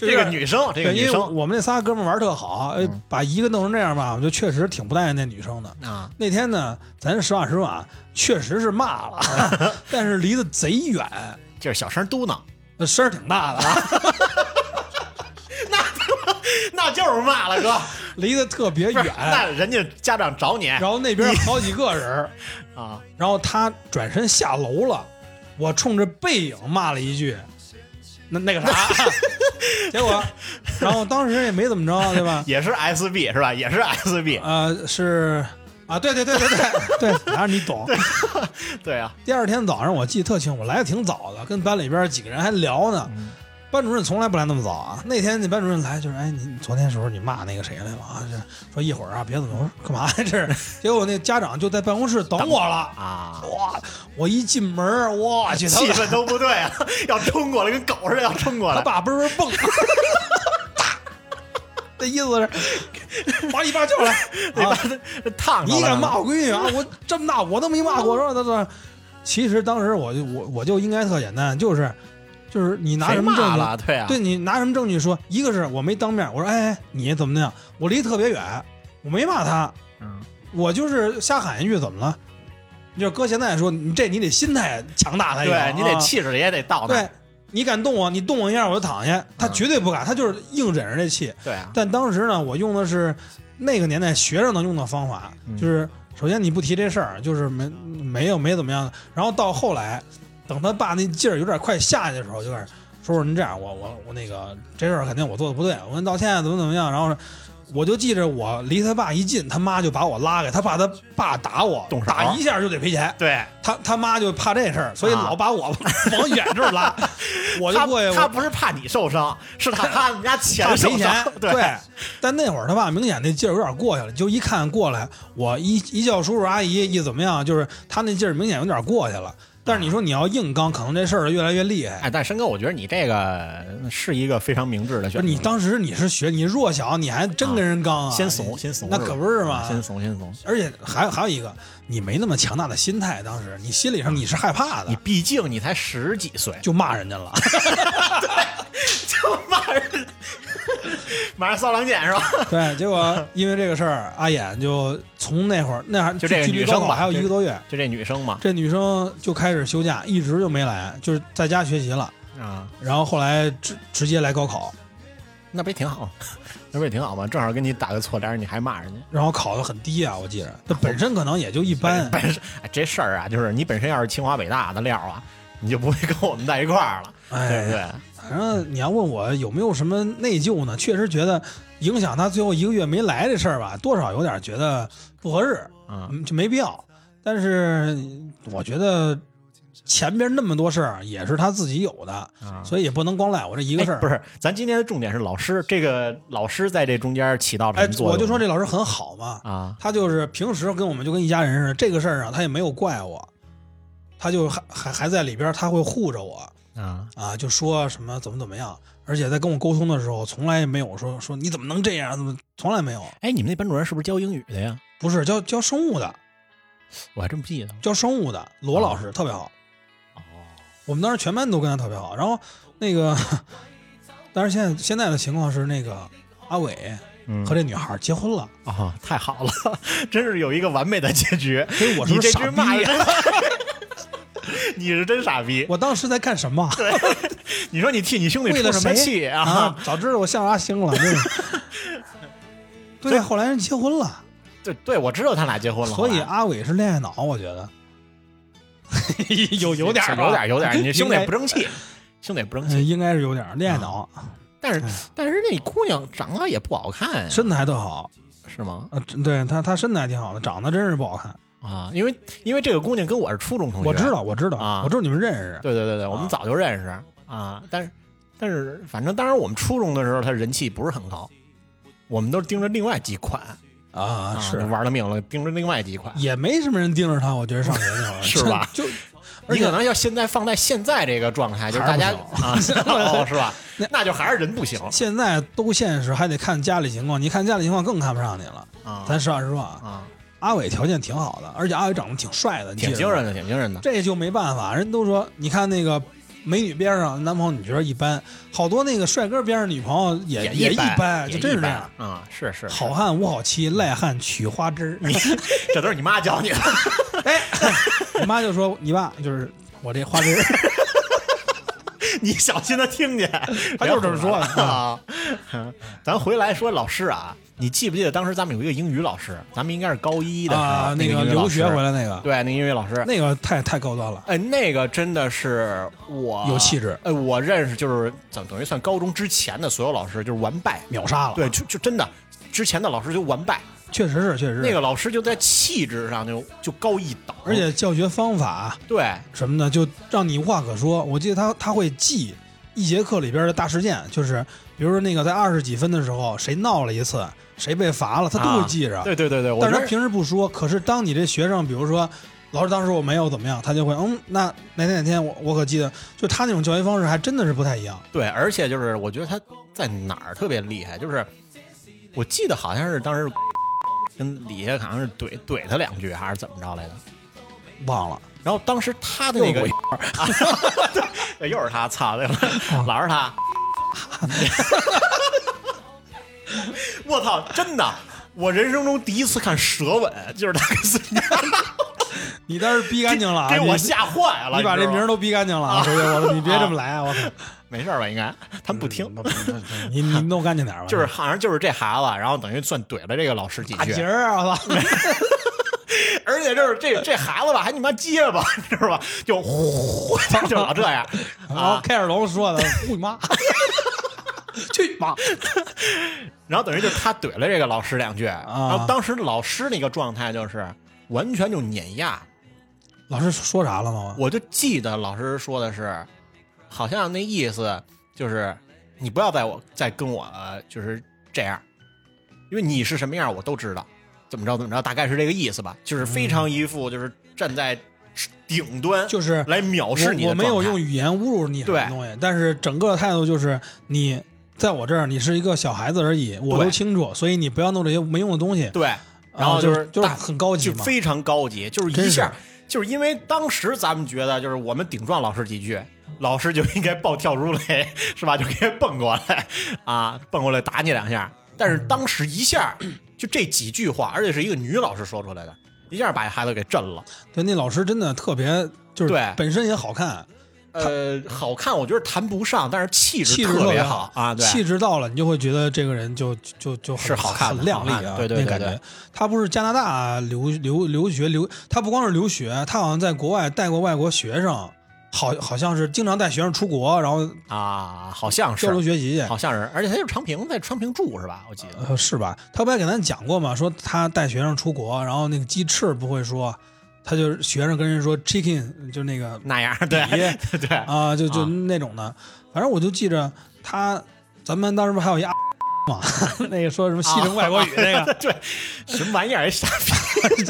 有
这个
点
女生，这个
对，因
女
为我
生嗯
我们那仨哥们儿玩儿特好，呃把一个弄成这样吧，我就确实挺不待见那女生的。
啊，
那天呢，咱实话实说啊，确实是骂了， 但是离得贼远，
就是小声嘟囔，
那声儿挺大的啊，
那就是骂了 哥。
离得特别
不
远
是，。 那人家家长找你
然后那边好几个人儿，
啊，
然后他转身下楼了，我冲着背影骂了一句：“那那个啥。” 结果，然后当时也没怎么着，对 吧？
也是 SB 是吧？也是 SB，
呃，是啊，对对对对对 对，然后你懂。
对啊，
第二天早上我记得特清，楚，我来的挺早的，跟班里边几个人还聊呢。班主任从来不来那么早啊。那天那班主任来就是，哎，你你昨天时候你骂那个谁来了啊？这说一会儿啊，别怎么我说干嘛呀？这是结果那家长就在办公室等我了。
啊，
哇！我一进门，我去，他
气氛都不对 啊，要冲过来跟狗似的要冲过
他
来。
爸嘣嘣蹦， 那意思是把你爸叫来，
那
啊
把他烫着了
你敢骂我闺女 啊？我这么大我都没骂过，说他说，其实当时我就我我就应该特简单，就是就是你拿
谁
什么证
骂
据？
了？对啊，
对你拿什么证据说？一个是我没当面，我说哎哎你怎么那样？我离特别远，我没骂他，
嗯
我就是瞎喊一句怎么了？你就搁现在说，你这你得心态强大才行啊，
对你得气势也得到那儿
对。你敢动我，你动我一下我就躺下，
嗯
他绝对不敢，他就是硬忍着这气。
对啊，
但当时呢，我用的是那个年代学生能用的方法，就是首先你不提这事儿，就是没没有没怎么样的。然后到后来，等他爸那劲儿有点快下去的时候，就开始说说您这样，我我我那个这事儿肯定我做的不对，我跟你道歉怎么怎么样。然后呢我就记着我离他爸一近，他妈就把我拉开，他怕他爸打我
动，手
打一下就得赔钱。
对，
他他妈就怕这事儿，所以
啊
老把我往远处拉，我就
他
过去。
他
我
不是怕你受伤，是他怕人家
他
钱受
赔钱
伤。，
对。但那会儿他爸明显那劲儿有点过去了，就一看过来，我一一叫叔叔阿姨一怎么样，就是他那劲儿明显有点过去了。但是你说你要硬刚，可能这事儿就越来越厉害。
哎，但申哥，我觉得你这个是一个非常明智的
不
选
是
择。
你当时你是学你弱小，你还真跟人刚啊？
先怂，先怂是
那
吧，啊
可不是嘛。
先怂，先怂。
而且还有还有一个，你没那么强大的心态，当时你心理上你是害怕的
你，毕竟你才十几岁，
就骂人家了。
就骂人，马上骚狼剑是吧？
对，结果因为这个事儿，阿衍就从那会儿那还
就这个
距离
女生
高考
吧
还有一个多月，
就这女生嘛，
这女生就开始休假，一直就没来，就是在家学习了。
啊，
然后后来直直接来高考，
那不也挺好？那不也挺好吗？正好跟你打个错脸，你还骂人家。
然后考的很低啊，我记着，他本身可能也就 一般。
本身哎这事儿啊，就是你本身要是清华北大的料啊，你就不会跟我们在一块儿了，
哎
对不对？
反正你要问我有没有什么内疚呢，确实觉得影响他最后一个月没来这事儿吧，多少有点觉得不合适，
啊
嗯，就没必要。但是我觉得前边那么多事儿也是他自己有的，
啊
嗯所以也不能光赖我这一个事儿、
哎不是，咱今天的重点是老师，这个老师在这中间起到了
哎
什么，作用？
我就说这老师很好嘛，
啊，
他就是平时跟我们就跟一家人似的，这个事儿啊，他也没有怪我，他就还还还在里边儿，他会护着我
啊，
啊，就说什么怎么怎么样，而且在跟我沟通的时候，从来没有说说你怎么能这样，怎么从来没有，
哎，你们那班主任是不是教英语的呀？
不是教教生物的，
我还真不记得了。
教生物的罗老师特别好，我们当时全班都跟他特别好，然后那个， 但是现在现在的情况是那个阿伟
嗯
和这女孩结婚了，
啊、太好了， 真是有一个完美的结局。
所以我是
你
不是
这
傻
句骂
逼啊
的
呀、
真，你是真傻逼。
我当时在干什么？
你说你替你兄弟
为了
出什么
谁
气啊？
啊？早知道我向阿 星了。这个对，后来人结婚了，
对对，我知道他俩结婚了，
所以
后来
阿伟是恋爱脑，我觉得 有有点儿吧
有点儿
啊
啊有点儿，你兄弟
应该
不争气，兄弟 不争
嗯
气。
应该是有点儿恋爱脑，
啊但是
哎
但是那姑娘长得也不好看呀，
身材特好，
是吗？
呃，真对他他身材挺好的，长得真是不好看。
啊，因为因为这个姑娘跟我是初中同学，
我知。道，我知道，
啊
我知道你们认识。
对对对对，我们
啊
早就认识啊，但是但是反正当然我们初中的时候她人气不是很高，我们都是盯着另外几款
啊，
就是玩了命了，盯着另外几款。
也没什么人盯着他，我觉得上学那会 儿
是吧
就就而
你可
且
能要现在放在现在这个状态，就是大家啊， 哦是吧？那就还是人不行
现在都现实，还得看家里情况。你看家里情况更看不上你了。
啊
咱实话实说啊，
啊，
阿伟条件挺好的，而且阿伟长得挺帅的，你记
挺
得
惊
吗
人的，挺惊人的。
这就没办法，人都说你看那个美女边上男朋友，你觉得一般；好多那个帅哥边上女朋友也也
一
般，就真是这样
啊。，嗯是是，
好汉无好妻，赖汉娶花 枝。
你 这都是你妈教你的。
哎，我妈就说你爸就是我这花枝，
你小心他听见，
他就是这么说的
啊。 咱回来说老师啊，你记不记得当时咱们有一个英语老师，咱们应该是高 一的时候
啊，
那
个
英语老
留
师
学回，来那个，
对，那个英语老师，
那个太太高端了。
哎，那个真的是我
有气质
哎，我认识就是怎么等于算高中之前的所有老师就是完败，
秒杀了，
对，，就就真的之前的老师就完败，
确实是，确实是
那个老师就在气质上就就高一等，
而且教学方法
对
什么的，就让你无话可说。我记得他他会记一节课里边的大事件，就是比如说那个在二十几分的时候谁闹了一次，谁被罚了，他都会记着。
啊对对对对，我
但是
觉
他
得
平时不说。可是当你这学生，比如说老师当时我没有怎么样，他就会嗯，那哪天哪天我我可记得，就他那种教学方式还真的是不太一样。
对，而且就是我觉得他在哪儿特别厉害，就是我记得好像是当时跟李学康是怼怼他两句还是怎么着来着，
忘了，
然后当时他的那个
又是，
对又是他，操对了，
啊
老是他， 我操，真的。我人生中第一次看舌吻，就是他跟 孙杨
你倒是逼干净了啊！
给我
你
吓坏了。
你把
知
这
道
名
吗
儿都逼干净 了啊！同学，我你别这么来啊！我操，
没事儿吧？应该他们不
嗯
听，
你你弄干净点儿吧。
就是好像就是这孩子，然后等于算怼了这个老师几
打结
句，
儿啊！我操。
而且就是这这孩子吧，还你妈结巴，你知道吧？就呼，就老这样
然
啊
后。开尔龙说的“你妈”，去妈！
然后等于就他怼了这个老师两句，然后当时老师那个状态就是完全就碾压。
老师说啥了吗？
我就记得老师说的是，好像那意思就是你不要再我再跟我、呃就是这样，因为你是什么样我都知道，怎么着怎么着，大概是这个意思吧，就是非常一副就是站在顶端，
嗯就是
来藐视你
我，
的
我没有
状态
用语言侮辱你什么
对
东西，但是整个态度就是你在我这儿，你是一个小孩子而已，我都
对
清楚，所以你不要弄这些没用的东西。
对，然
啊
后
就是
是
就是
大
很高级
就
嘛
非常高级，就是一
真是
下就是因为当时咱们觉得就是我们顶撞老师几句。老师就应该暴跳如雷，是吧？就应该蹦过来啊，蹦过来打你两下。但是当时一下就这几句话，而且是一个女老师说出来
嗯
的，一下把孩子给震了。
对，那老师真的特别，就是
对
本身也好看，
呃，好看，我觉得谈不上，但是气质
气质
特
别
好啊，对，
气质到了，你就会觉得这个人就就就很
是好看的
很亮丽
好看
啊，
的对对
那
对
感
对
觉。他不是加拿大留留留学留，他不光是留学，他好像在国外带过外国学生，好好像是经常带学生出国，然后
啊，好像
交流
是，
学习去。
好像是，而且他就是昌平，在昌平住是吧？我记得
呃，是吧？他不还给咱讲过吗？说他带学生出国，然后那个鸡翅不会说，他就是学生跟人说 chicken，就那个
那样，对对
啊，就就
啊
那种的。反正我就记着他，咱们当时不还有一嘛， 那个说什么西城
啊
外国语 那个，
对，什么玩意儿，傻逼，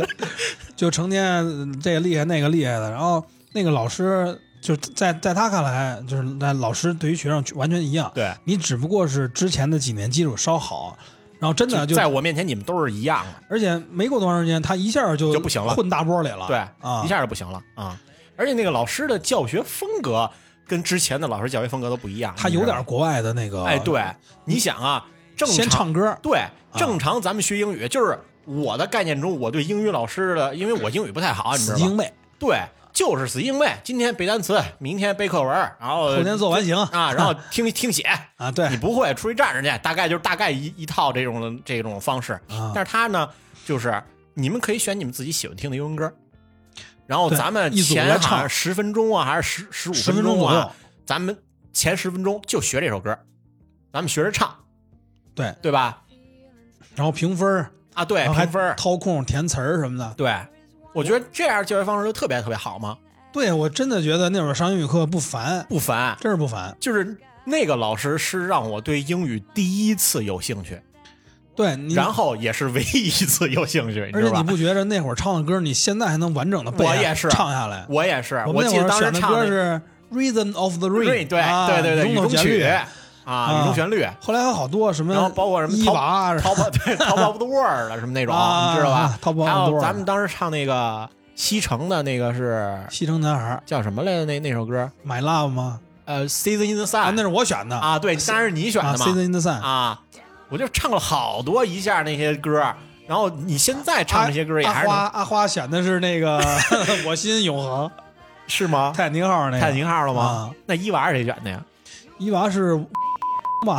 就成天呃这个厉害那个厉害的。然后那个老师就是在在他看来，就是在老师对于学生完全一样，
对，
你只不过是之前的几年基础稍好，然后真的就
在我面前你们都是一样的，
而且没过多长时间，他一下就
就不行了
混大波里了，
对，
啊，
一下就不行了啊！而且那个老师的教学风格跟之前的老师教学风格都不一样，
他
你知
有
道
点国外的那个，
吗，哎，对，你想啊，正
先
常啊
唱啊歌，
对，正常咱们学英语就是我的概念中，我对英语老师的，因为我英语不太好，你知
死
道
记
吧
硬？背，
对，就是死记硬背，今天背单词，明天背课文，然后
后天做完形
啊，然后听听写。
啊，对
你，不会出去站着去，大概就是大概一一套这种的这种方式。
啊
但是他呢，就是你们可以选你们自己喜欢听的英文歌，然后
对
咱们
一组
前
来
好像
唱
十分钟啊，还是十十五
十分钟
钟
左
啊
右，，
咱们前十分钟就学这首歌，咱们学着唱，
对，
对吧？
然后评分儿，
啊，对，
然后还
评分儿，
掏空填词儿什么的。
对，我觉得这样教学方式就特别特别好嘛，
对我真的觉得那会儿上英语课不烦，
不烦。
真是不烦。
就是那个老师是让我对英语第一次有兴趣，
对你，
然后也是唯一一次有兴趣，你
而
知
且
道吧
你？不觉着那会儿唱的歌，你现在还能完整的背下
我也是
唱下来？
我也是，
我们那
记得
会儿
当时
选的
唱那
歌
个
是《Rhythm of the
对
Rain》，
对
啊
对对对，
雨
中
旋
曲
律。
啊，雨中旋律，
后来还有好多什么，
然后包括什么
伊
淘
娃啊，
淘宝对淘宝 the world 了什么那种，
啊
你知道吧
啊？淘宝
还
of the
有
world
咱们当时唱那个西城的那个是
西城男孩
叫什么来着？那那首歌
《My Love》吗？
呃，Season in the
啊，
Sun
那是我选的
啊，对，当然是你选
啊
的
《
嘛
Season in the Sun》。
啊，我就唱了好多一下那些歌，然后你现在唱这些歌也
阿
还是
啊花
能
阿花选的是那个 《我心永恒
是吗》，？
泰坦尼克号那个。
泰坦尼克号了吗
啊？
那伊娃是谁选的呀？
伊娃是 嘛？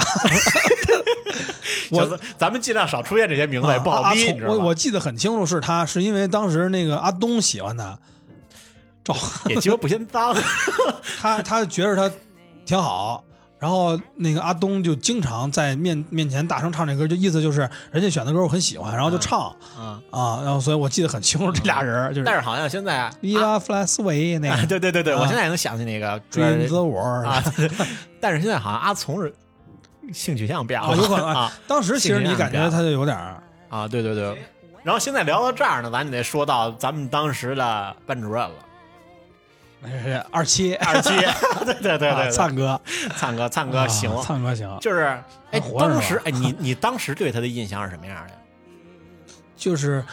我
小子咱们尽量少出现这些名字，也不好
啊
逼，
阿
你知
聪
道
我
吗
我？记得很清楚，是他，是因为当时那个阿东喜欢他，赵
也鸡巴不嫌脏。
他他觉着他挺好，然后那个阿东就经常在面面前大声唱这歌，就意思就是人家选的歌我很喜欢，然后就唱
嗯，
啊，然后所以我记得很清楚这俩人就是
但是好像现在
Viva Flash Away 那
啊，
个
对对对对，
啊
我现在也能想起那个主要
Dream
是
the World
啊， 但是现在好像阿从是性取向 变了，
啊有可能
啊
当时其实你感觉他就有点儿
啊，对对对。然后现在聊到这儿呢，咱就得说到咱们当时的班主任了，
哎二七啊
二七， 对对对对，
灿哥
灿哥，灿哥行，
啊灿哥行，
就是哎
还，活着
当
吧
时哎，你你当时对他的印象是什么样的？
就是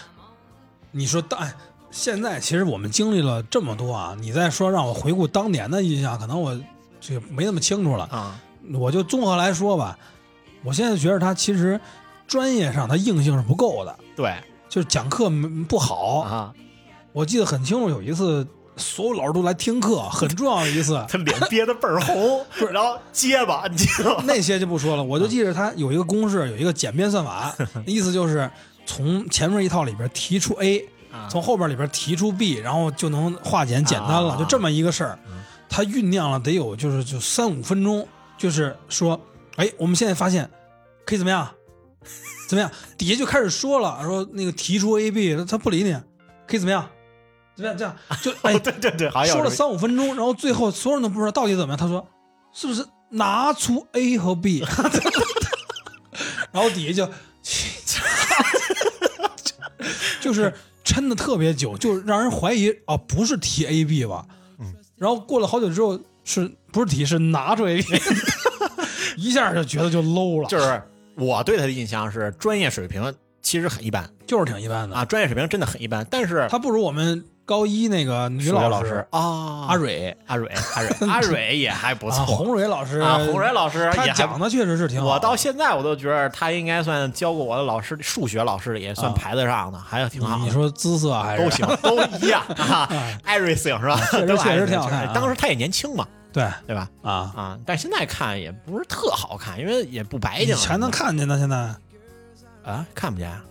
你说当哎现在其实我们经历了这么多啊，你再说让我回顾当年的印象，可能我这个没那么清楚了。
啊
我就综合来说吧，我现在觉得他其实专业上他硬性是不够的，
对
就是讲课没不好。
啊，。
我记得很清楚，有一次所有老师都来听课，很重要的一 次
他脸憋得倍儿 红，然后结巴，你知道吗？
那些就不说了，我就记着他有一个公式，有一个简便算法，那意思就是从前面一套里边提出 A，
啊
从后边里边提出 B，然后就能化简简单
啊嗯
了，就这么一个事儿。他酝酿了得有就是就三五分钟，就是说，哎，我们现在发现可以怎么样， 怎么样？底下就开始说了，说那个提出 A B，他不理你，可以怎么样？怎么样？这样就哎
哦， 对对对，好像有
说了
这么
三五分钟，然后最后所有人都不知道到底怎么样。他说是不是拿出 A 和 B？然后底下就 就是抻的特别久，就让人怀疑啊，不是提 A B 吧？
嗯
然后过了好久之后，是不是提是拿出 A B？一下就觉得就 low 了，
就是我对他的印象是专业水平其实很一般
就是挺一般的。
啊，专业水平真的很一般。但是
他不如我们高一那个女
数学
老
师
师
啊，
阿蕊
阿蕊阿 蕊阿蕊也还不
啊，
错
洪蕊老师
啊，洪蕊老师
他
也还
讲。的确实是挺好的。
我到现在我都觉得他应该算教过我的老师，数学老师也算
啊
排得上的，还挺好的
你你，说姿色还是
都行，都一样啊，everything 是吧？
确实
都
确实
everything，
挺好看啊
当时他也年轻嘛，
对
对吧？
啊，
啊，但现在看也不是特好看，因为也不白
以
净了，
前能看见呢，现在
啊，看不见啊。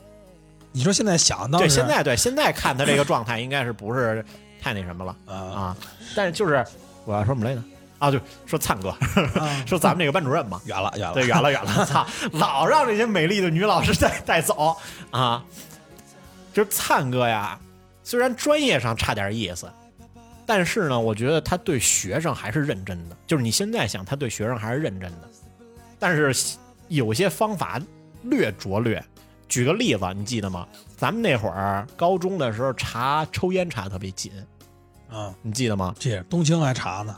你说现在想当
对，
时
现在对现在看他这个状态，应该是不是太那什么了
啊
啊？但是就是我要说什么来着？啊，就说灿哥，
啊
说咱们这个班主任嘛，
远了远了，
对，远了远了，啊 操，老让这些美丽的女老师带带走啊！就是灿哥呀，虽然专业上差点意思，但是呢，我觉得他对学生还是认真的。就是你现在想，他对学生还是认真的，但是有些方法略拙劣。举个例子，你记得吗？咱们那会儿高中的时候查抽烟查得特别紧，
啊，？
你记得吗
这东青还查呢，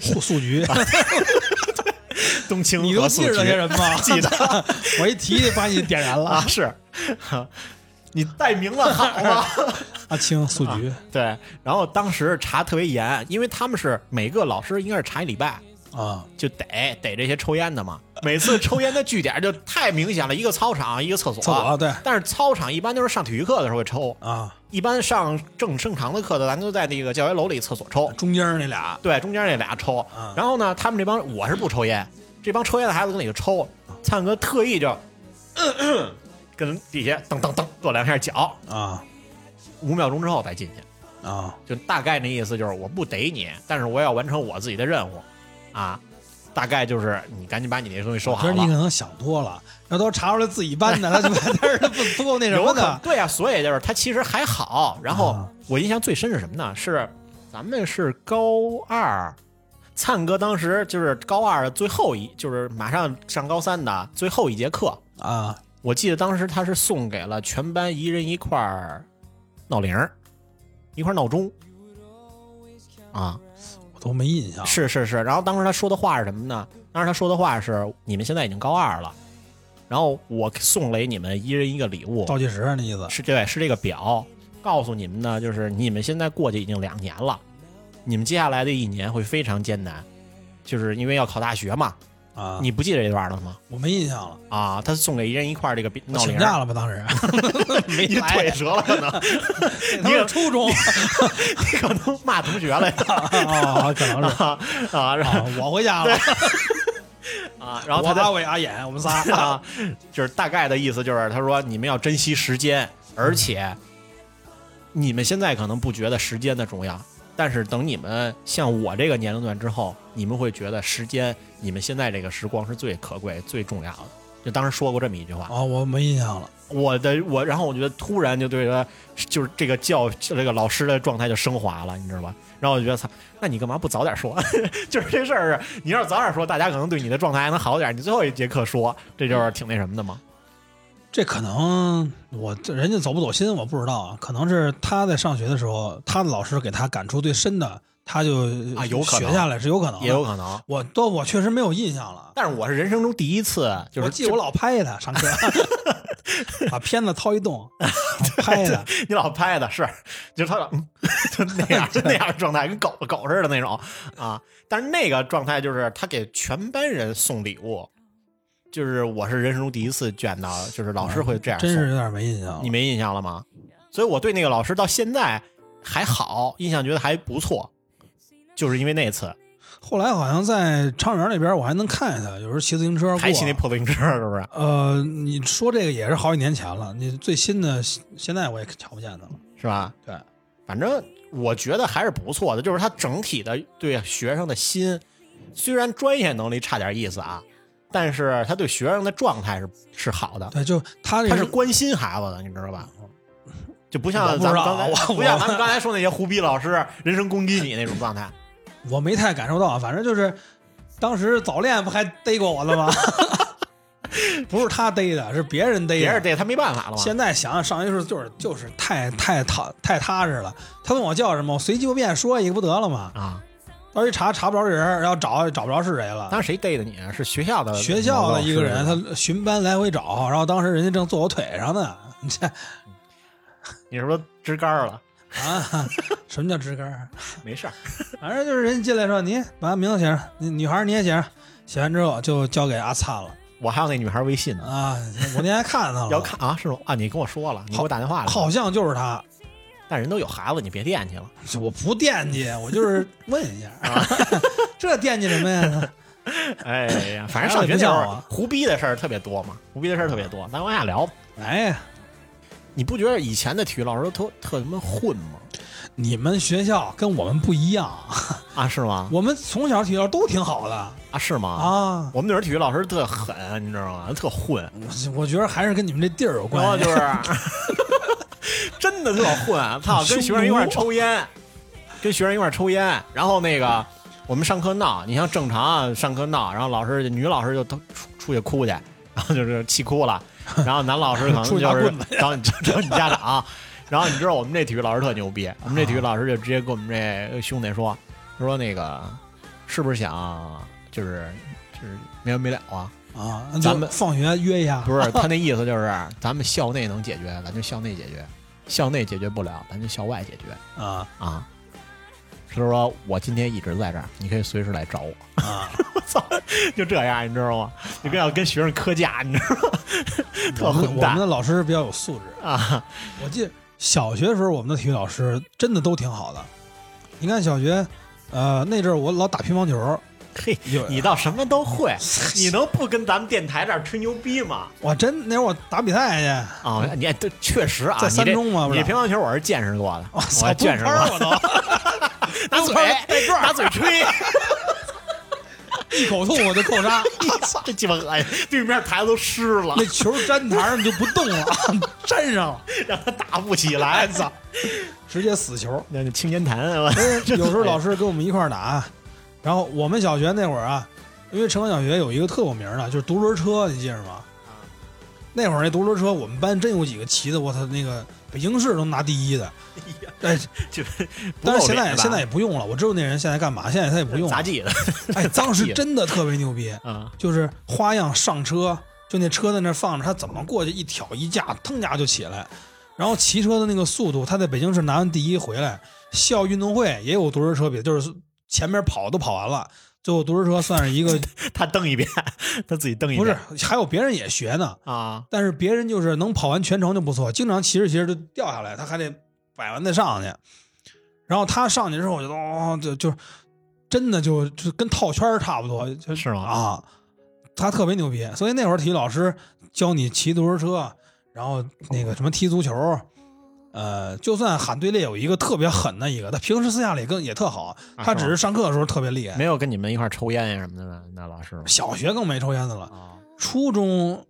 户宿局，
冬青
你都
和
记
宿
着那
菊
些人吗？
记得，
我一提把你点燃
啊
了，
是， 你带名字好啊吗？
阿青宿局
对，然后当时查特别严，因为他们是每个老师应该是查一礼拜，
啊，
就逮逮这些抽烟的嘛。每次抽烟的据点就太明显了，一个操场，一个厕所。
厕所对
但是操场一般都是上体育课的时候会抽，
啊，
一般上正正常的课的，咱都在那个教学楼里厕所抽。
中间那俩
对，中间那俩抽
啊。
然后呢，他们这帮我是不抽烟，这帮抽烟的孩子跟里头抽。灿哥特意就，咳咳嗯跟底下噔噔噔跺两下脚，
啊
五秒钟之后再进去。
啊，
就大概那意思就是我不逮你，但是我也要完成我自己的任务，啊，大概就是你赶紧把你那东西收
我觉
好
得你可
了。
能想多了，要都查出来自己班的，他就 把他不不够那什么
有可能
的
对啊，所以就是他其实还好。然后
啊
我印象最深是什么呢？是咱们是高二，灿哥当时就是高二最后一，就是马上上高三的最后一节课。
啊，
我记得当时他是送给了全班一人一块儿闹铃儿，一块儿闹钟，啊，
我都没印象
是是是，然后当时他说的话是什么呢？当时他说的话是：你们现在已经高二了，然后我送给你们一人一个礼物，
倒计时那意思
是对，是这个表，告诉你们呢，就是你们现在过去已经两年了，你们接下来的一年会非常艰难，就是因为要考大学嘛。
啊，
你不记得这段了吗？
我没印象了，
啊，他送给一人一块儿这个
我
闹铃
请
儿，
假了吧？当时没
你
来
腿，折了可能，
他
你
是初中
你 可能骂同学了呀
啊，可能 是
啊啊，然后
啊，我回家了，
啊，然后
我
他在
阿伟阿演我们仨
啊， 就是大概的意思就是，他说你们要珍惜时间，而且你们现在可能不觉得时间的重要，但是等你们像我这个年龄段之后，你们会觉得时间，你们现在这个时光是最可贵、最重要的。就当时说过这么一句话，
啊，我没印象了
我的我，然后我觉得突然就对他，就是这个教这个老师的状态就升华了，你知道吧？然后我就觉得，操，那你干嘛不早点说？ 就是这事儿，你要是早点说，大家可能对你的状态还能好点儿。你最后一节课说，这就是挺那什么的嘛。
这可能我这人家走不走心我不知道啊，可能是他在上学的时候，他的老师给他感触最深的，他就
啊有可能
学下来是有可能的，
也有可能。
我都我确实没有印象了。
但是我是人生中第一次，就是
我记得我老拍他 上课，把片子掏一动，拍他
就你老 拍的是，就是他老嗯 就那样 就那样的状态，跟狗狗似的那种啊。但是那个状态就是他给全班人送礼物，就是我是人生中第一次见到，就是老师会这样送。
真是有点没印象了
你没印象了吗？所以我对那个老师到现在还好，印象觉得还不错，就是因为那次
后来好像在昌园那边，我还能看见他，有时候骑自行车过。
还骑那破自行车，是不是？
呃，你说这个也是好几年前了，你最新的现在我也瞧不见他了。
是吧？
对，
反正我觉得还是不错的，就是他整体的对学生的心，虽然专业能力差点意思啊，但是他对学生的状态是是好的，
对，就他这
他
个
是关心孩子的，你知道吧？就不像
我不
咱
知
们
道啊
刚才，
我
不像咱们刚才说那些胡逼老师人身攻击你那种状态，
我没太感受到，啊反正就是当时早恋不还逮过我了 吗？不是他逮的，是别人逮的。
也是这他没办法了嘛。
哎现在想想，上学时候就是就是太太踏太踏实了。他问我叫什么，我随机不变说一个不得了吗？
啊，
到时候一查查不着人儿，然后找找不着是谁了。
当时谁逮的你啊？是学校的
学校的一个
老
人，
师是吧
他巡班来回找，然后当时人家正坐我腿上呢， 你这
你是不是支杆儿了？
啊，什么叫直杆儿？
没事儿，
反正就是人进来说，你把名字写上，你女孩儿你也写上，写完之后就交给阿灿了
我还有那女孩微信呢，
啊。我那天还看他了，
要看啊，是吗？啊，你跟我说了，你给我打电话了，
好像就是他，
但人都有孩子，你别惦记了。
我不惦记，我就是问一下，
啊
这惦记什么呀？
哎呀，反正上学那会儿胡逼的事儿特别多嘛，啊胡逼的事儿特别多。咱往下聊吧，
哎呀，
你不觉得以前的体育老师都特特他妈混吗？
你们学校跟我们不一样，
啊，是吗？
我们从小体育都挺好的
啊，是吗？
啊。
我们那会儿体育老师特狠，你知道吗？特混，
我我觉得还是跟你们这地儿有啊
然后
关
就
系。
是 真的特混，操，
匈
跟
奴
学生一块儿
啊
抽烟，跟学生一块儿抽烟，然后那个我们上课闹，你像正常啊上课闹，然后老师女老师就都出出去哭去，然后就是气哭了，然后男老师可能
出去
就
拿
是
棍子
找你 找你家长，然后你知道我们这体育老师特牛逼，我们
啊
这体育老师就直接跟我们这兄弟说说那个是不是想就是就是没完没了啊？
啊，那
咱
就
们
放学约一下。
不是，他那意思就是，咱们校内能解决，咱就校内解决；校内解决不了，咱就校外解决
啊
啊。就是说我今天一直在这儿，你可以随时来找我。
啊，
我 操，就这样，你知道吗？就跟要跟学生磕架，你知道吗？特
我们
混
我们
蛋
的老师比较有素质。
啊！
我记得小学的时候，我们的体育老师真的都挺好的。你看小学，呃，那阵儿我老打乒乓球，
嘿
有，
你倒什么都会， 你能不跟咱们电台这儿吹牛逼吗？
我真那会儿我打比赛去，
啊，你这确实啊，
在三
你这
中嘛不是哦
你乒乓球我是见识过的，我
操
还见识过，
崩盘儿
拿嘴哎拿嘴 吹。
一口吐我就扣 杀，
这鸡巴恶心，对面台子都湿了
那，球粘台上就不动了， 粘上了，
让他打不起来， 操！嗯
直接死 球。
那青年坛，我
有时候老师跟我们一块儿打，然后我们小学那会儿啊，因为城管小学有一个特有名儿的，就是独轮车，你记着吗？那会儿那独轮车，我们班真有几个骑的，我操，那个北京市都拿第一的。哎，
就
但是现在现在也不用了，我知道那人现在干嘛，现在他也不用了
杂。技的
哎，当
技
时
了
真的特别牛逼，
啊，
就是花样上车，就那车在那放着，他怎么过去一挑一架，腾架就起来。然后骑车的那个速度，他在北京市拿完第一回来，校运动会也有独轮车比，就是前面跑都跑完了，最后独轮车算是一个，
他蹬一遍，他自己蹬一遍，
不是还有别人也学呢，
啊
但是别人就是能跑完全程就不错，经常骑着骑着就掉下来，他还得摆完再上去。然后他上去之后，我就哦，就就真的就就跟套圈儿差不多，就是
吗
啊，他特别牛逼。所以那会儿体育老师教你骑独轮车，然后那
哦
个什么踢足球，呃，就算喊队列有一个特别狠的一个，他平时私下里更也特好，
啊
他
是
只
吗
是上课的时候特别厉害。
没有跟你们一块儿抽烟呀什么的呢？那老师吗？
小学更没抽烟的了，
啊，
初中，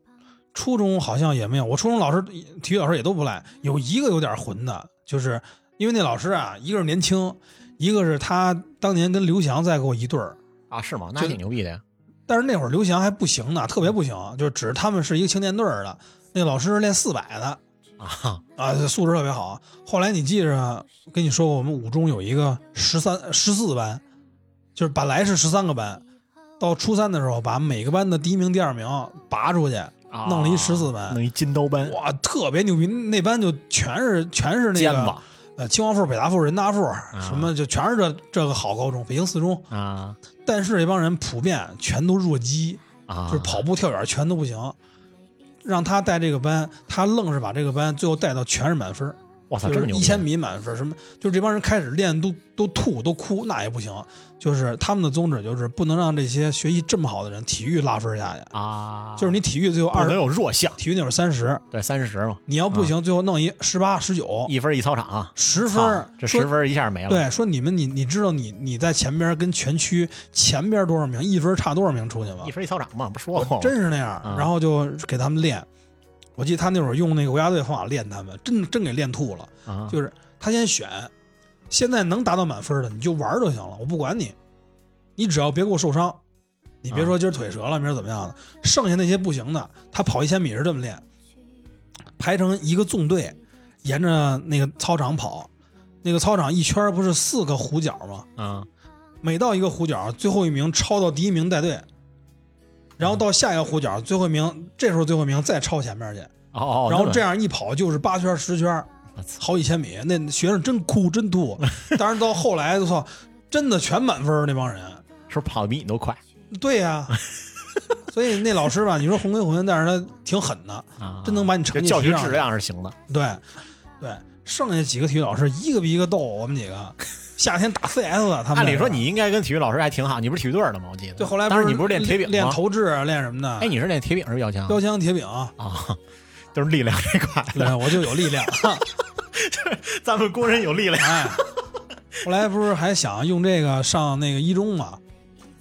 初中好像也没有。我初中老师体育老师也都不赖，有一个有点混的，就是因为那老师啊，一个是年轻，一个是他当年跟刘翔在过一对儿。
啊是吗？那
就
挺牛逼的呀。
但是那会儿刘翔还不行呢，特别不行，就是只是他们是一个青年队儿的。那老师是练四百的
啊
啊，素质特别好。后来你记着，跟你说过，我们五中有一个十三、十四班，就是本来是十三个班，到初三的时候把每个班的第一名、第二名拔出去，
啊
弄了一十四班，
弄一金刀班，
哇，特别牛逼！那班就全是全是那
尖
个
吧
呃，清华附、北大附、人大附，什么就全是这这个好高中，北京四中。
啊
但是这帮人普遍全都弱鸡，
啊，
就是跑步、跳远全都不行。让他带这个班，他愣是把这个班最后带到全是满分，
我操，
就
这么
是
牛
一
逼！
千米满分，什么就是这帮人开始练都都吐都哭，那也不行。就是他们的宗旨就是不能让这些学习这么好的人体育拉分下去，
啊，
就是你体育最后
不
二
能啊
十，
有弱项，
体育那会儿三十，
对，三十嘛，
你要不行，最后弄一十八、十九、
一分一操场啊，
十分
操
儿，
这
说
十分一下没了。
对，说你们你你知道你你在前边跟全区前边多少名，一分差多少名出去吗
一？分一操场嘛，不说过吗？
真是那样
啊，
然后就给他们练。我记得他那会儿用那个国家队方法练他们，真真给练吐了。
啊，
就是他先选，现在能达到满分的你就玩儿就行了，我不管你，你只要别给我受伤，你别说今儿腿折了，明儿怎么样的，剩下那些不行的，他跑一千米是这么练，排成一个纵队，沿着那个操场跑，那个操场一圈儿不是四个弧角吗？
啊
每到一个弧角，最后一名超到第一名带队，然后到下一个弧角，最后一名，这时候最后一名再超前面去，
哦哦，
然后
么
这样一跑就是八圈儿十圈儿
我操，
好几千米，那学生真哭真吐。当然到后来，我操，真的全满分儿那帮人。
是不是跑得比你都快
对呀、所以那老师吧，你说混归混，但是他挺狠的，
啊？
真能把你
这
成绩
教
提
学
上
质
去。
量是行的
对，对。剩下几个体育老师一个比一个逗，我们几个夏天打 CS 的，他们
按理说你应该跟体育老师还挺好，你不是体育队的吗？我记得。
对后来
当时你
不
不是练铁饼吗？
练投掷啊练什么的，
哎，你是练铁饼还是标枪？
标枪、铁 饼，
啊，都是力量这块的。
对，啊我就有力量。
咱们工人有力量
哎，后来不是还想用这个上那个一中嘛，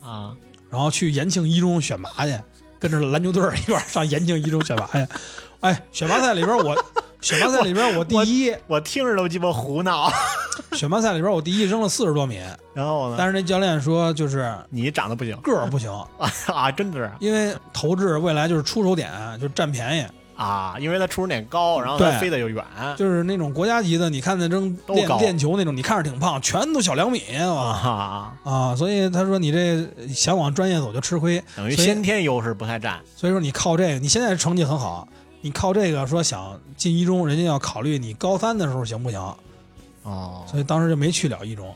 啊！
然后去延庆一中选拔去，跟着篮球队儿一块儿上延庆一中选拔去。 哎，选拔赛里边 我，选拔赛里边我第一，
我听着都鸡巴胡闹。
选拔赛里边我第一扔了四十多米，
然后呢？
但是那教练说就是
你长得不行
个儿不行，
啊啊，真的是
因为投掷未来就是出手点就是占便宜，
啊，因为他出手点高，然后他
对
飞得又远。
就是那种国家级的，你看那扔
都
练
高
练球那种，你看着挺胖，全都小两米啊
啊，
啊！所以他说你这想往专业走就吃亏，
等于
所以
先天优势不太占
所以说你靠这个，你现在成绩很好，你靠这个说想进一中，人家要考虑你高三的时候行不行，
哦
所以当时就没去了一中，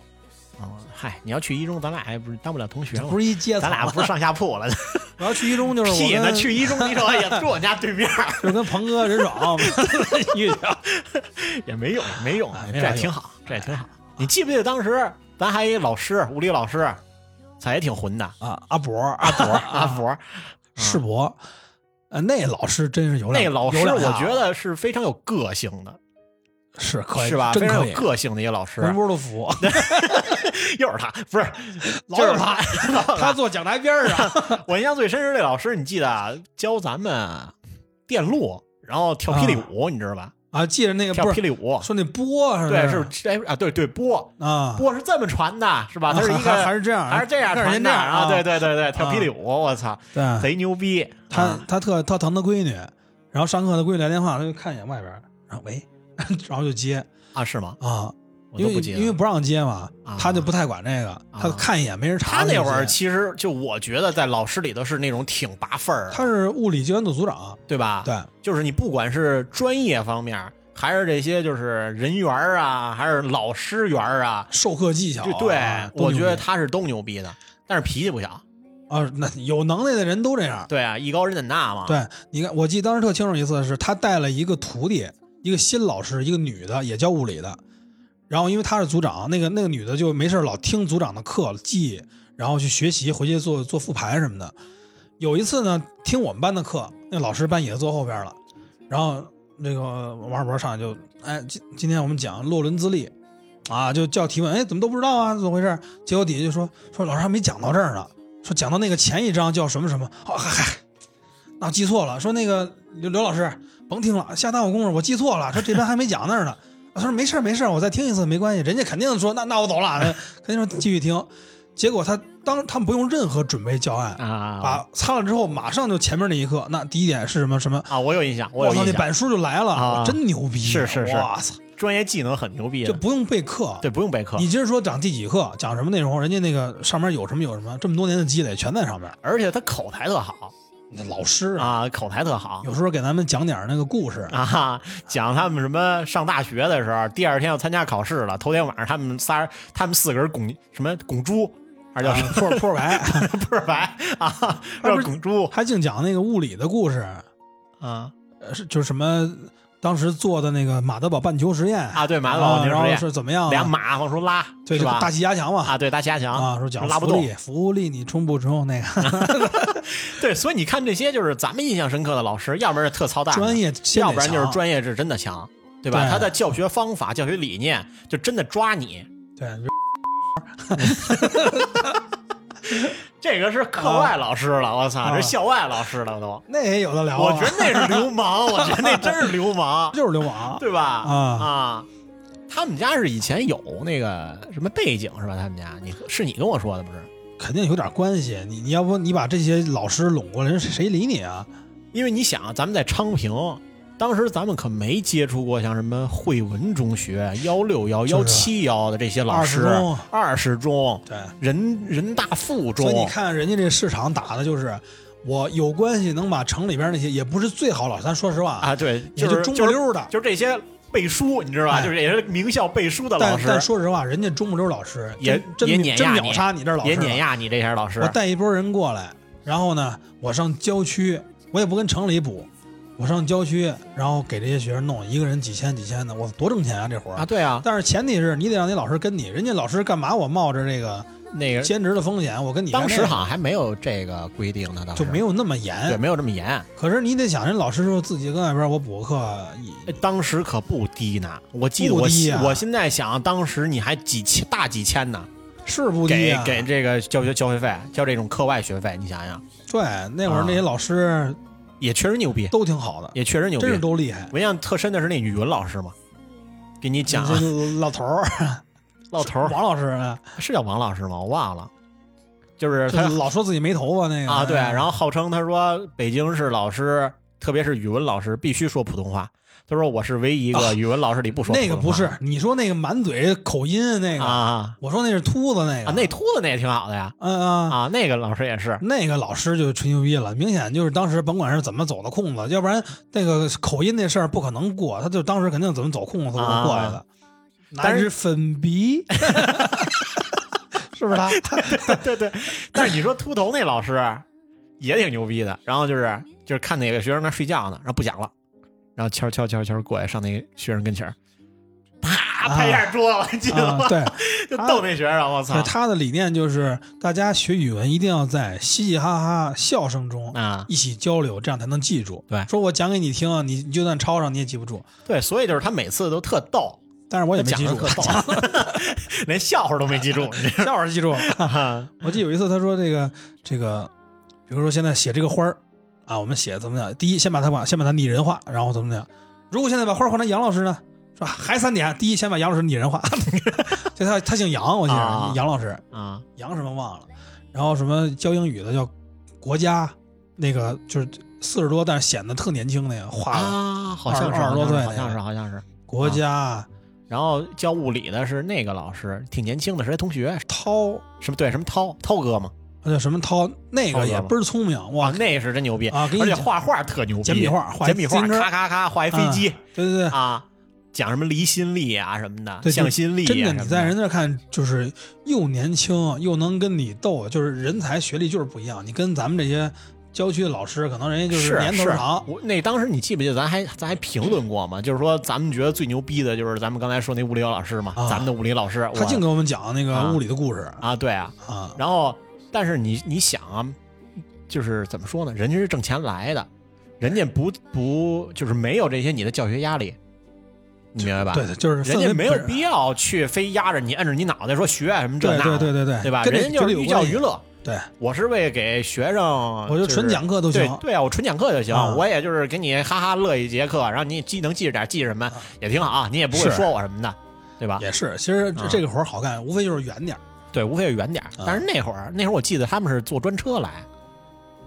哦，嗨，你要去一中，咱俩还不是当不了同学吗？
不是一阶层，
咱俩不是上下铺了，
我要去一中就是我
屁！那
跟
去一 中，你瞅，哎呀，住我家对面
就是跟鹏哥、任爽遇见，
也没用，没用
哎，没
这
啥
也挺好，这也挺好。你记不记得当时咱还有一老师，物理老师，他也挺混的，
啊，阿博、阿
博阿博，
世博，呃，那老师真是有两
嗯那老师
有
我
两下
觉得是非常有个性的，
是可以
是吧？
真
非常
可
有
以，
个性的一个老师，
人波 都服，
又是他，不是
老有
他
他，他坐讲台边儿上，
我印象最深是那老师，你记得啊教咱们电路，然后跳霹雳舞，你知道吧？
啊，记着那个
跳
不
霹
是
雳舞，
说那波是
对，是哎啊，对对，波
啊，
波是这么传的，是吧？
啊
它是一
还
个
还是这样
还是这样
还是
传
人
的
这样啊
对对对对，跳霹雳舞，我操，
对。
贼牛逼！
他
啊
他特他疼他闺女，然后上课他闺女来电话，他就看一眼外边儿，然后喂， 然后就接
啊是吗？
啊，
我
因
都
为
不记得
因为不让接嘛
啊，
他就不太管这个，他看一眼没人查
他那
就
会儿
接
其实就我觉得在老师里头是那种挺拔份儿的，
他是物理教研组组长，
对吧？
对，
就是你不管是专业方面，还是这些就是人缘儿啊，还是老师缘儿啊，
授课技巧
就
啊，
对，
都
我
牛
觉得
逼
他是都牛逼的，但是脾气不小。
啊，那有能耐的人都这样。
对啊，艺高人胆大嘛。
对，你看，我记得当时特清楚一次，是他带了一个徒弟，一个新老师，一个女的，也教物理的。然后因为他是组长，那个那个女的就没事儿老听组长的课记，然后去学习，回去做做复盘什么的。有一次呢，听我们班的课，那老师班也坐后边了，然后那个王二博上来就，哎，今今天我们讲洛伦兹力，啊，就叫提问，哎，怎么都不知道啊，怎么回事？结果底下就说说老师还没讲到这儿呢，说讲到那个前一章叫什么什么，哦，嗨嗨，那我记错了，说那个刘刘老师甭听了，下耽误功夫，我记错了，说这边还没讲那儿呢。他说没事儿没事儿，我再听一次没关系，人家肯定说那那我走了，肯定说继续听。结果他当他们不用任何准备教案，
啊
把擦了之后，马上就前面那一刻，那第一点是什么什么？
啊！我有印象，我
我
有
操，那
印象，
板书就来了，
啊
我真牛逼！
是是是
哇操，
专业技能很牛逼
就
的。
不用备课。
对，不用备课。
你今儿说讲第几课，讲什么内容，人家那个上面有什么有什么，这么多年的积累全在上面。
而且他口才特好
那老师，
啊，口才特好
有时候给咱们讲点儿那个 故事，
啊。讲他们什么上大学的时候，第二天要参加考试了，头天晚上他们仨，他们四个人拱什么拱猪，还
呃
是叫什么
破破白，
不是白 啊？
不是
要拱猪
还净讲那个物理的故事，
啊
呃是就是什么当时做的那个马德堡半球实验
啊！对，马德堡
啊
停
然后
实
是
验，
怎么样啊，
俩马往出拉，
对，
是
就
吧？
大气压强嘛
啊，对，大西亚强
啊，说讲
拉不
浮
动
力，，浮力你冲不冲那个？
对，所以你看这些就是咱们印象深刻的老师，要不然是特操蛋的，
专业先得
要不然就是
强
专业制真的强，对吧？
对
他的教学方法、教学理念就真的抓你，
对，
这个是课外老师了，我操，
啊
这校外老师了都，
那也有的聊啊。，
我觉得那是流氓，我觉得那真是流氓
就是流氓，
对吧？
啊
啊。他们家是以前有那个什么背景是吧？他们家你是你跟我说的不是？
肯定有点关系。你你要不你把这些老师拢过来，人谁理你啊？
因为你想，咱们在昌平，当时咱们可没接触过像什么汇文中学、幺六幺、幺七幺的这些老师，
啊二十中
二十中，
对，
人人大附
所以你
中，
看人家这市场打的就是，我有关系能把城里边那些也不是最好老师，咱说实话
啊，，对，
也
是
就中不溜的。
就是这些背书，你知道吧？
哎
就是也是名校背书的老
但
师，
但说实话，人家中不溜老师
也
真
也
真
碾压
真秒
你
杀你这老师
也
了，
碾压你这些老师
我带一波人过来，然后呢，我上郊区，我也不跟城里补，我上郊区，然后给这些学生弄一个人几千几千的，我多挣钱啊这活儿
啊，！对啊，
但是前提是你得让你老师跟你，人家老师干嘛我冒着这个
那个
兼职的风险，我跟你
当时
干这个
好像还没有这个规定呢，当时
就没有那么
对
严。
没有这么严。
可是你得想，人老师说自己跟外边我补个课，
哎当时可不低呢，我记得
嗯不
我
低
现、
啊
我现在想，当时你还几千大几千呢，
是不低
给
啊？
给这个教学交学费，交这种课外学费，你想想
对，那会儿那些老师
也确实牛逼，
都挺好的，
啊也确实牛逼
真是。都厉害。
我印象特深的是那语文老师嘛，给你讲啊
这老头儿，
老头儿
王嗯老师 啊，
是叫王老师吗？我忘了，就是
就
他
老说自己没头发那 个
啊，对，然后号称他说北京市老师，特别是语文老师必须说普通话。他说我是唯一一个
啊
语文老师里不说普
那
通话
个不是你说那个满嘴口音那个，
啊
我说那是秃子那个
啊，那秃子那也挺好的呀
嗯啊
啊，那个老师也是
那个老师就吹牛逼了，明显就是当时甭管是怎么走的空子，要不然那个口音那事儿不可能过，他就当时肯定怎么走空子怎么过来的。
但
男
是
是粉鼻， 是不是他？
对对，但是你说秃头那老师也挺牛逼的，然后就是就是看哪个学生那睡觉呢，然后不讲了，然后悄悄悄悄过来上那学生跟前儿，啪拍一下桌子，记得
啊
吗？
对，
就逗那学生，我操
对，他的理念就是大家学语文一定要在嘻嘻哈哈笑声中
啊
一起交流，这样才能记住。
对
说我讲给你听，你你就算抄上你也记不住，
对，所以就是他每次都特逗，
但是我也没
讲
记
的
住，
特逗，连笑话都没记住，你知
笑话记住了。
道吗？
我记得有一次他说这个这个，比如说现在写这个花儿啊，我们写怎么讲？第一，先把它把先把它拟人化，然后怎么讲？如果现在把花儿换成杨老师呢？是吧？还三点，第一，先把杨老师拟人化， 就他他姓杨，我记得、
啊
杨老师
啊，
杨什么忘了，然后什么教英语的叫国家，那个就是四十多但是显得特年轻那个画、
啊，好像是，
二十多岁
好像
那
是，
个
好像是。
国家、
然后教物理的是那个老师，挺年轻的，是他同学，
涛，
什么对什么涛涛哥嘛，
那叫什么涛？那
涛哥
个也
吧
倍儿聪明，哇
啊，，那是真牛逼
啊给你
而且
讲
画画特牛逼，
简笔画画一
简笔画，
自行车
咔咔咔画一飞机
嗯对对对，
啊，讲什么离心力啊什么的，
对
向心力啊
真
什
的，
么的，
你在人那儿看，就是又年轻又能跟你斗，就是人才学历就是不一样。你跟咱们这些郊区的老师，可能人家就是年头
是
长，
我那当时你记不记得咱还咱还评论过嘛？就是说咱们觉得最牛逼的就是咱们刚才说那物理老师嘛，
啊
咱们的物理老师，
他净
我
给我们讲那
啊
个物理的故事
啊，对啊。
啊。
然后，但是你你想啊，就是怎么说呢？人家是挣钱来的，人家不不就是没有这些你的教学压力，你明白吧？
对的，就是
人
氛围
家没有
本啊
必要去非压着你，摁着你脑袋说学什么这
对
那
对
的，
对对对，
对吧？
跟
人家就是
有
寓教
关系
于。乐。
对，
我是为给学生，我
我就纯讲课都行
对对啊，我纯讲课就行，
啊
我也就是给你哈哈乐一节课，然后你记能记着点，记着什么也挺好啊，你也不会
是
说我什么的，对吧？
也是，其实这
啊
这个活儿好干，无非就是远点儿，
对，无非是远点儿。
啊
但是那会儿，那会儿我记得他们是坐专车来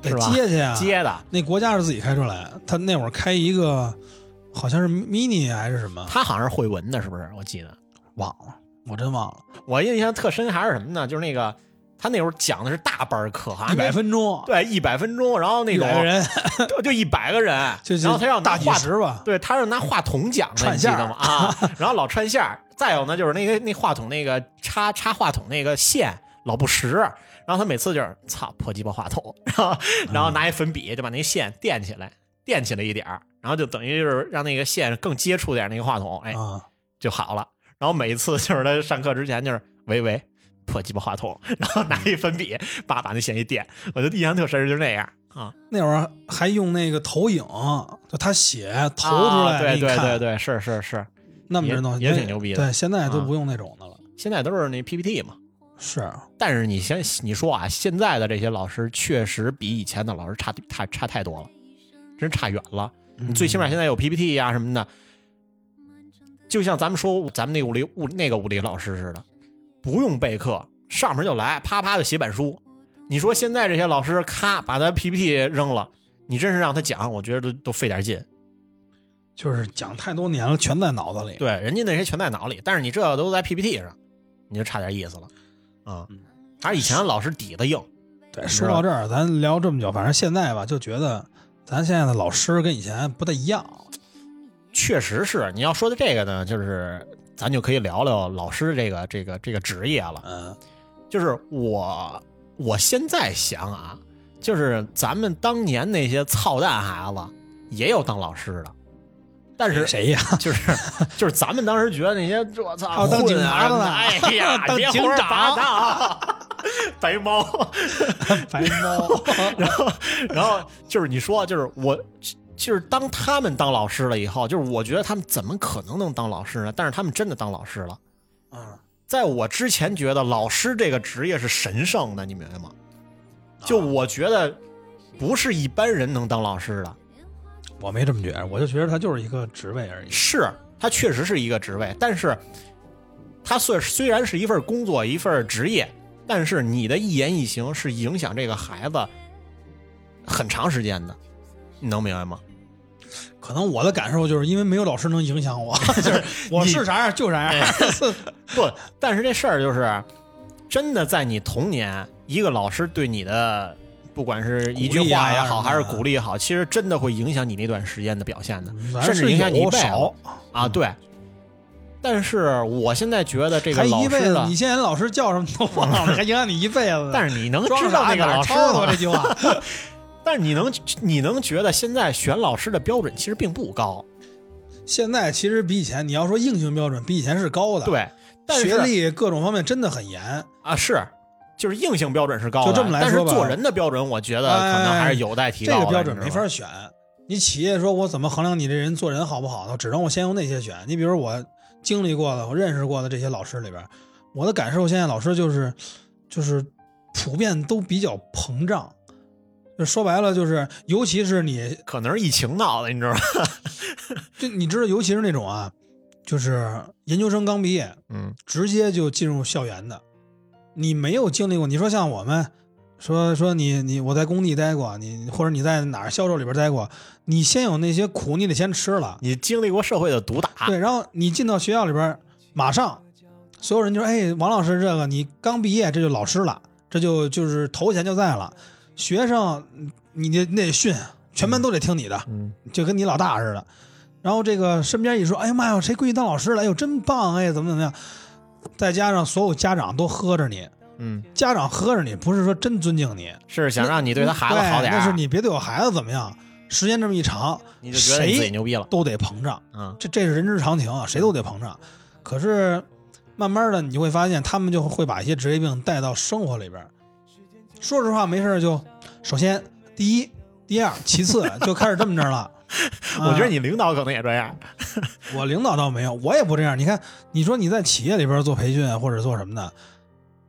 得
是吧
接去啊。
接的，
那国家是自己开出来，他那会儿开一个，好像是 mini 还是什么，
他好像是会文的，是不是？我记得
忘了，我真忘了，
我印象特深还是什么呢？就是那个他那会儿讲的是大班课，好像
一百分钟，
对一百分钟，然后那
一
种
百个人，
就就一百个人，
就
然后他要
大
拿
几
话筒
十吧，
对，他是拿话筒讲的，
串
你记得
线儿
吗？啊，然后老串线儿。再有呢，就是那个那话筒那个插插话筒那个线老不实，然后他每次就是操破鸡巴话筒，然后
嗯
然后拿一粉笔就把那线垫起来，垫起来一点儿，然后就等于就是让那个线更接触点那个话筒，哎
啊，
就好了。然后每一次就是他上课之前就是喂喂破鸡巴话筒，然后拿
嗯
一粉笔叭把那线一垫，我就印象特深就是那样啊，
那会儿还用那个投影，就他写投出来，
啊对
你看
对对对，是是是，
那么着弄
也也挺牛逼的
对，现在都
啊
不用那种的了。
现在都是那 PPT 嘛。
是，
但是你先你说啊，现在的这些老师确实比以前的老师差差差太多了，真差远了。
嗯
你嗯最起码现在有 PPT 呀、啊什么的，就像咱们说咱们那物理物那个物理老师似的，不用备课，上面就来，啪啪就写本书。你说现在这些老师，咔把他 PPT 扔了，你真是让他讲，我觉得都都费点劲。
就是讲太多年了，全在脑子里。
对，人家那些全在脑里，但是你这都在 PPT 上，你就差点意思了啊
嗯。
还是以前的老师底子硬，
对，说到这儿，咱聊这么久，反正现在吧，就觉得咱现在的老师跟以前不太一样。
确实是，你要说的这个呢，就是咱就可以聊聊老师这个这个这个职业了。
嗯，
就是我我现在想啊，就是咱们当年那些操蛋孩子，也有当老师的，但是
谁呀？
就是就是咱们当时觉得那些这我
还
操
有当警
混啊
察的呢
什么的哎呀，
当
别
警
胡说八
长
道啊，白猫，
白猫，
然后 然后就是你说就是我。就是当他们当老师了以后，就是我觉得他们怎么可能能当老师呢？但是他们真的当老师了。
嗯，
在我之前觉得老师这个职业是神圣的，你明白吗？就我觉得不是一般人能当老师的，
我没这么觉得，我就觉得他就是一个职位而已。
是他确实是一个职位，但是他虽虽然是一份工作，一份职业，但是你的一言一行是影响这个孩子很长时间的，你能明白吗？
可能我的感受就是因为没有老师能影响我， 就是我是啥样就啥样。
哎 不，但是这事儿就是真的，在你童年，一个老师对你的，不管是一句
鼓励啊
话也
什
好，
么
还是
的
鼓励也好，其实真的会影响你那段时间的表现的，
嗯反
甚
正
至影响你一
有
辈
少
子，啊。
嗯
对，但是我现在觉得这个
还
老
一辈
师
子
的，，
你现在老师叫什么都忘 了，还影响你一辈子。
但是你能
装
知道那
啥
个
哪儿
老师
抄
吗
的这句话，
但是你能你能觉得现在选老师的标准其实并不高，
现在其实比以前，你要说硬性标准，比以前是高的。，
对，但是
学历各种方面真的很严。
啊是。就是硬性标准是高的，
就这么来
但是
说吧哎
做人的标准，我觉得可能还是有待提
这
高的。
个标准没
你知道
法
吗
选。你企业说我怎么衡量你这人做人好不好呢？只能我先用那些选。你比如我经历过的、我认识过的这些老师里边，我的感受现在老师就是就是普遍都比较膨胀。就说白了，就是尤其是你，
可能是疫情闹的，你知道吗？
就你知道，尤其是那种啊，就是研究生刚毕业，
嗯，
直接就进入校园的，你没有经历过。你说像我们，说说你你我在工地待过，你或者你在哪儿销售里边待过，你先有那些苦，你得先吃了。
你经历过社会的毒打，
对，然后你进到学校里边，马上所有人就说：“哎，王老师，这个你刚毕业，这就老师了，这就就是头衔就在了。学生，你得你得训，全班都得听你的。
嗯，
就跟你老大似的。然后这个身边一说，哎呀妈呀，谁闺女当老师了？哎呦，真棒！哎，怎么怎么样？再加上所有家长都喝着你，
嗯，
家长喝着你，不是说真尊敬你，
是想让你对他孩子好点儿，
但是你别对我孩子怎么样。时间这么一长，
你就觉得你自己
谁
牛逼了，
都得膨胀，
嗯，
这这是人之常情啊，谁都得膨胀。可是慢慢的，你就会发现，他们就会把一些职业病带到生活里边儿。说实话，没事儿就首先第一、第二，其次就开始这么着了。
我觉得
啊
你领导可能也这样，
我领导倒没有，我也不这样。你看，你说你在企业里边做培训啊或者做什么的，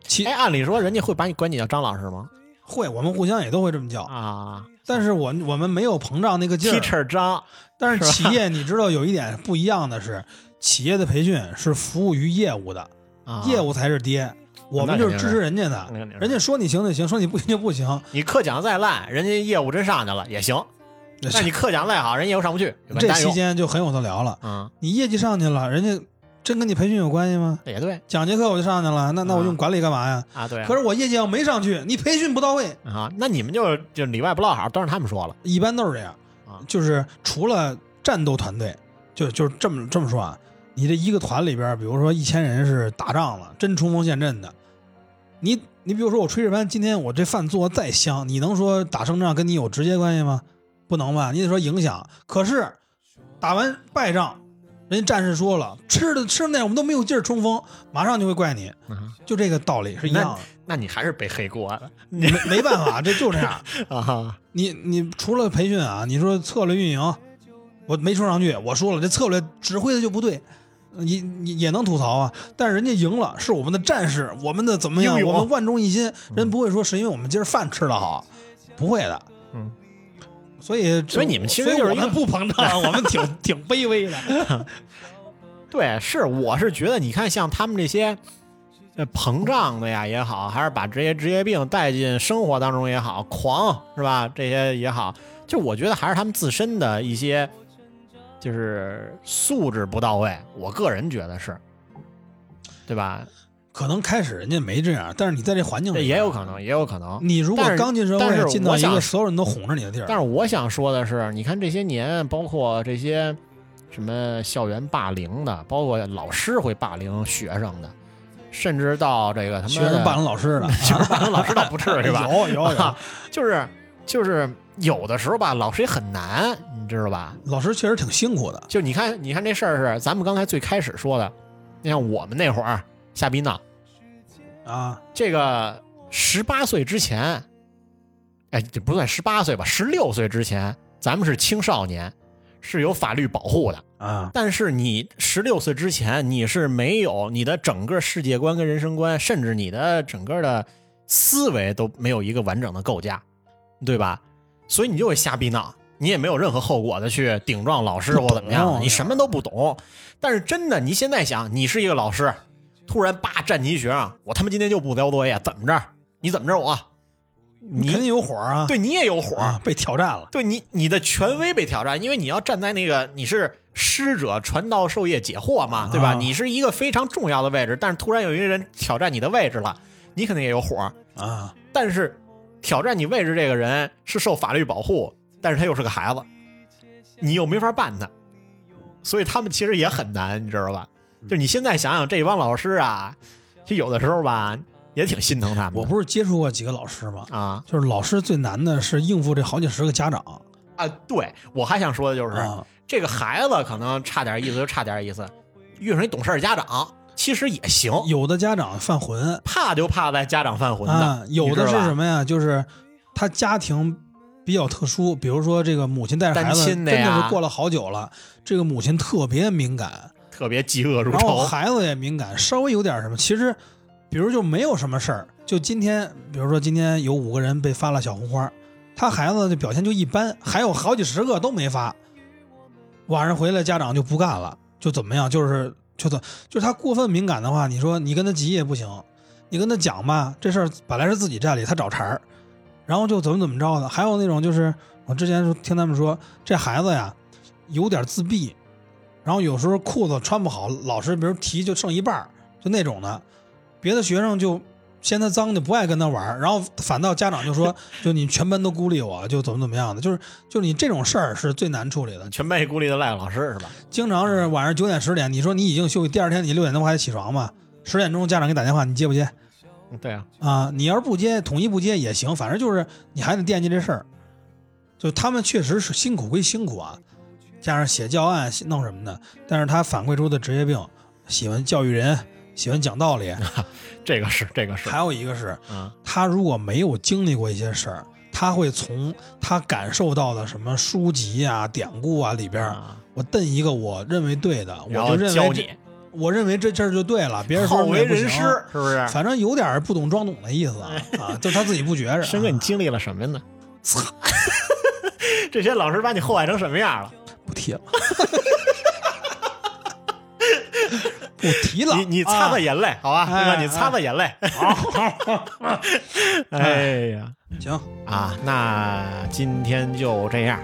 企
哎，按理说人家会把你管你叫张老师吗？
会我们互相也都会这么叫，
啊
但是我我们没有膨胀那个劲儿。
，teacher 张，
但是
是
企业你知道有一点不一样的是，企业的培训是服务于业务的，
啊
业务才是爹。我们就是支持人家
那肯
的
定，是
人家说你行就行，说你不行就不行。
你课讲得再烂，人家业务真上去了也行，但你课讲得再好，人业务上不去，有
这
担忧
期，间就很有的聊了。
嗯，
你业绩上去了，人家真跟你培训有关系吗？
也对
讲节课我就上去了，那那我用管理干嘛呀？
啊，对啊，
可是我业绩要没上去，你培训不到位，
啊，那你们就就里外不落好，都让他们说了，
一般都是这样
啊
就是除了战斗团队，就就是这么这么说啊，你这一个团里边，比如说一千人是打仗了，真冲锋陷阵的，你你比如说我炊事班，今天我这饭做的再香，你能说打胜仗跟你有直接关系吗？不能吧，你得说影响。可是打完败仗，人家战士说了，吃的吃的那我们都没有劲儿冲锋，马上就会怪你，
嗯
就这个道理是一样的。
那你还是背黑锅了
没没办法，这就这样。
啊，
你你除了培训啊，你说策略运营，我没说上去，我说了这策略指挥的就不对，也也也能吐槽啊。但是人家赢了，是我们的战士，我们的怎么样
英，勇
我们万众一心，人不会说是因为我们今儿饭吃的好，不会的。
嗯，
所以
所以你们其实
所以
就是
我
一个
们不膨 胀， 我们挺挺卑微的。
对，是，我是觉得，你看，像他们这些，呃，膨胀的呀也好，还是把这些职业病带进生活当中也好，狂是吧？这些也好，就我觉得还是他们自身的一些，就是素质不到位。我个人觉得是，对吧？
可能开始人家没这样，但是你在这环境里
这也有可。能，也有可能。
你如果
但是
刚进社
但是
会，进到
我
一
想
个所有人都哄着你的地儿，
但是我想说的是，你看这些年，包括这些什么校园霸凌的，包括老师会霸凌学生的，甚至到这个他们
学生霸凌老师的，
学生霸凌老师倒不至于吧？
有有有
啊，就是就是有的时候吧，老师也很难，你知道吧？
老师确实挺辛苦的，
就你看，你看这事儿是咱们刚才最开始说的，你像我们那会儿瞎逼闹，
啊，
这个十八岁之前，哎，这不算十八岁吧，十六岁之前，咱们是青少年，是有法律保护的。
啊，
但是你十六岁之前，你是没有你的整个世界观跟人生观，甚至你的整个的思维都没有一个完整的构架，对吧？所以你就会瞎逼闹，你也没有任何后果的去顶撞老师或怎么样
不
的，
懂啊
你什么都不懂。但是真的，你现在想，你是一个老师，突然叭站你一学生，我他妈今天就不交作业，怎么着？你怎么着我？
肯定
你
有火啊，
对你也有火，
啊，被挑战了，
对你你的权威被挑战，因为你要站在那个你是师者传道授业解惑嘛，对吧？
啊
你是一个非常重要的位置，但是突然有一个人挑战你的位置了，你肯定也有火。
啊，
但是挑战你位置这个人是受法律保护，但是他又是个孩子，你又没法办他，所以他们其实也很难，你知道吧？
嗯
就你现在想想，这帮老师啊，就有的时候吧，也挺心疼他们的。
我不是接触过几个老师吗？
啊
就是老师最难的是应付这好几十个家长
啊，对我还想说的就是。
啊，
这个孩子可能差点意思就差点意思，遇上一懂事儿家长其实也行，
有的家长犯浑
怕就怕在家长犯浑的，
啊，有的
你知
是
道吧
什么呀？就是他家庭比较特殊，比如说这个母亲带着孩子
单
真
亲的呀
的是过了好久了，这个母亲特别敏感，
特别嫉恶如
然后
仇，
孩子也敏感，稍微有点什么，其实比如就没有什么事儿，就今天，比如说今天有五个人被发了小红花，他孩子的表现就一般，还有好几十个都没发，晚上回来家长就不干了，就怎么样，就是就怎就是他过分敏感的话，你说你跟他急也不行，你跟他讲吧，这事儿本来是自己占理，他找茬儿，然后就怎么怎么着的，还有那种就是我之前听他们说，这孩子呀有点自闭。然后有时候裤子穿不好，老师比如题就剩一半儿，就那种的，别的学生就嫌他脏，就不爱跟他玩儿，然后反倒家长就说， 就你全班都孤立我，就怎么怎么样的，就是就是你这种事儿是最难处理的，
全班一孤立的赖老师是吧？
经常是晚上九点十点，你说你已经休息，第二天你六点钟还得起床嘛，十点钟家长给你打电话，你接不接
对啊，
啊？你要是不接，统一不接也行，反正就是你还得惦记这事儿，就他们确实是辛苦归辛苦啊，加上写教案弄什么的，但是他反馈出的职业病，喜欢教育人，喜欢讲 道理，
这个是这个是
还有一个是
啊，
他如果没有经历过一些事儿，他会从他感受到的什么书籍啊、典故啊里边儿，
啊
我瞪一个我认为对的，
然
我
后
就认
教
为这
你
我认为这事儿就对了，别人
好
说
为
也不
人
行
师，
啊
是不是？
反正有点儿不懂装懂的意思 啊，啊就他自己不觉着。
申哥，你经历了什么呢？ 这些老师把你祸害成什么样了？
不提了， 不提了，
你你擦擦
啊
眼泪，好吧，
哎
申哥，你擦擦眼泪。 哎呀，
行，
啊，那今天就这样，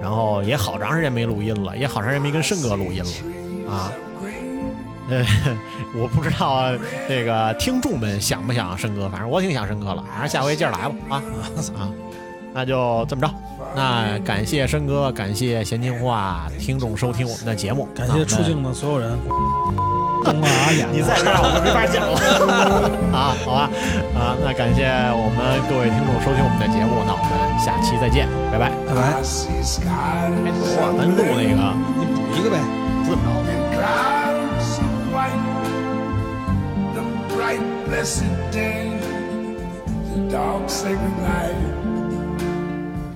然后也好长时间没录音了，也好长时间没跟申哥录音了啊。 呃，我不知道那个听众们想不想申哥，反正我挺想申哥了，反正下回接着来吧啊 啊，那就这么着。那感谢申哥，感谢闲情话听众收听我们的节目，
感
那我
谢
们
出镜的所有人，公啊 演
你再这样我就没法讲了 啊！好吧，啊，那感谢我们各位听众收听我们的节目，那我们下期再见，拜拜。
拜拜，
see skies
咱录那个啊
你补一个呗。
and clouds so white. The bright, blessed day, the dark, sacred night.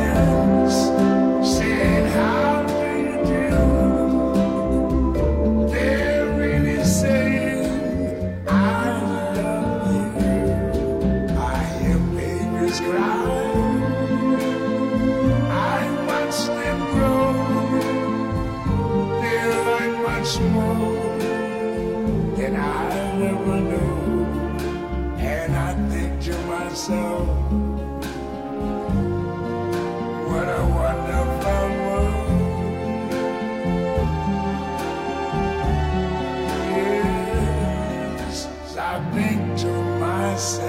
hands, saying, How do you do? They're really saying, I love you. I hear babies cry. I watch them grow. They're like much more that I never knew. And I think to myself, what a wonderful myself.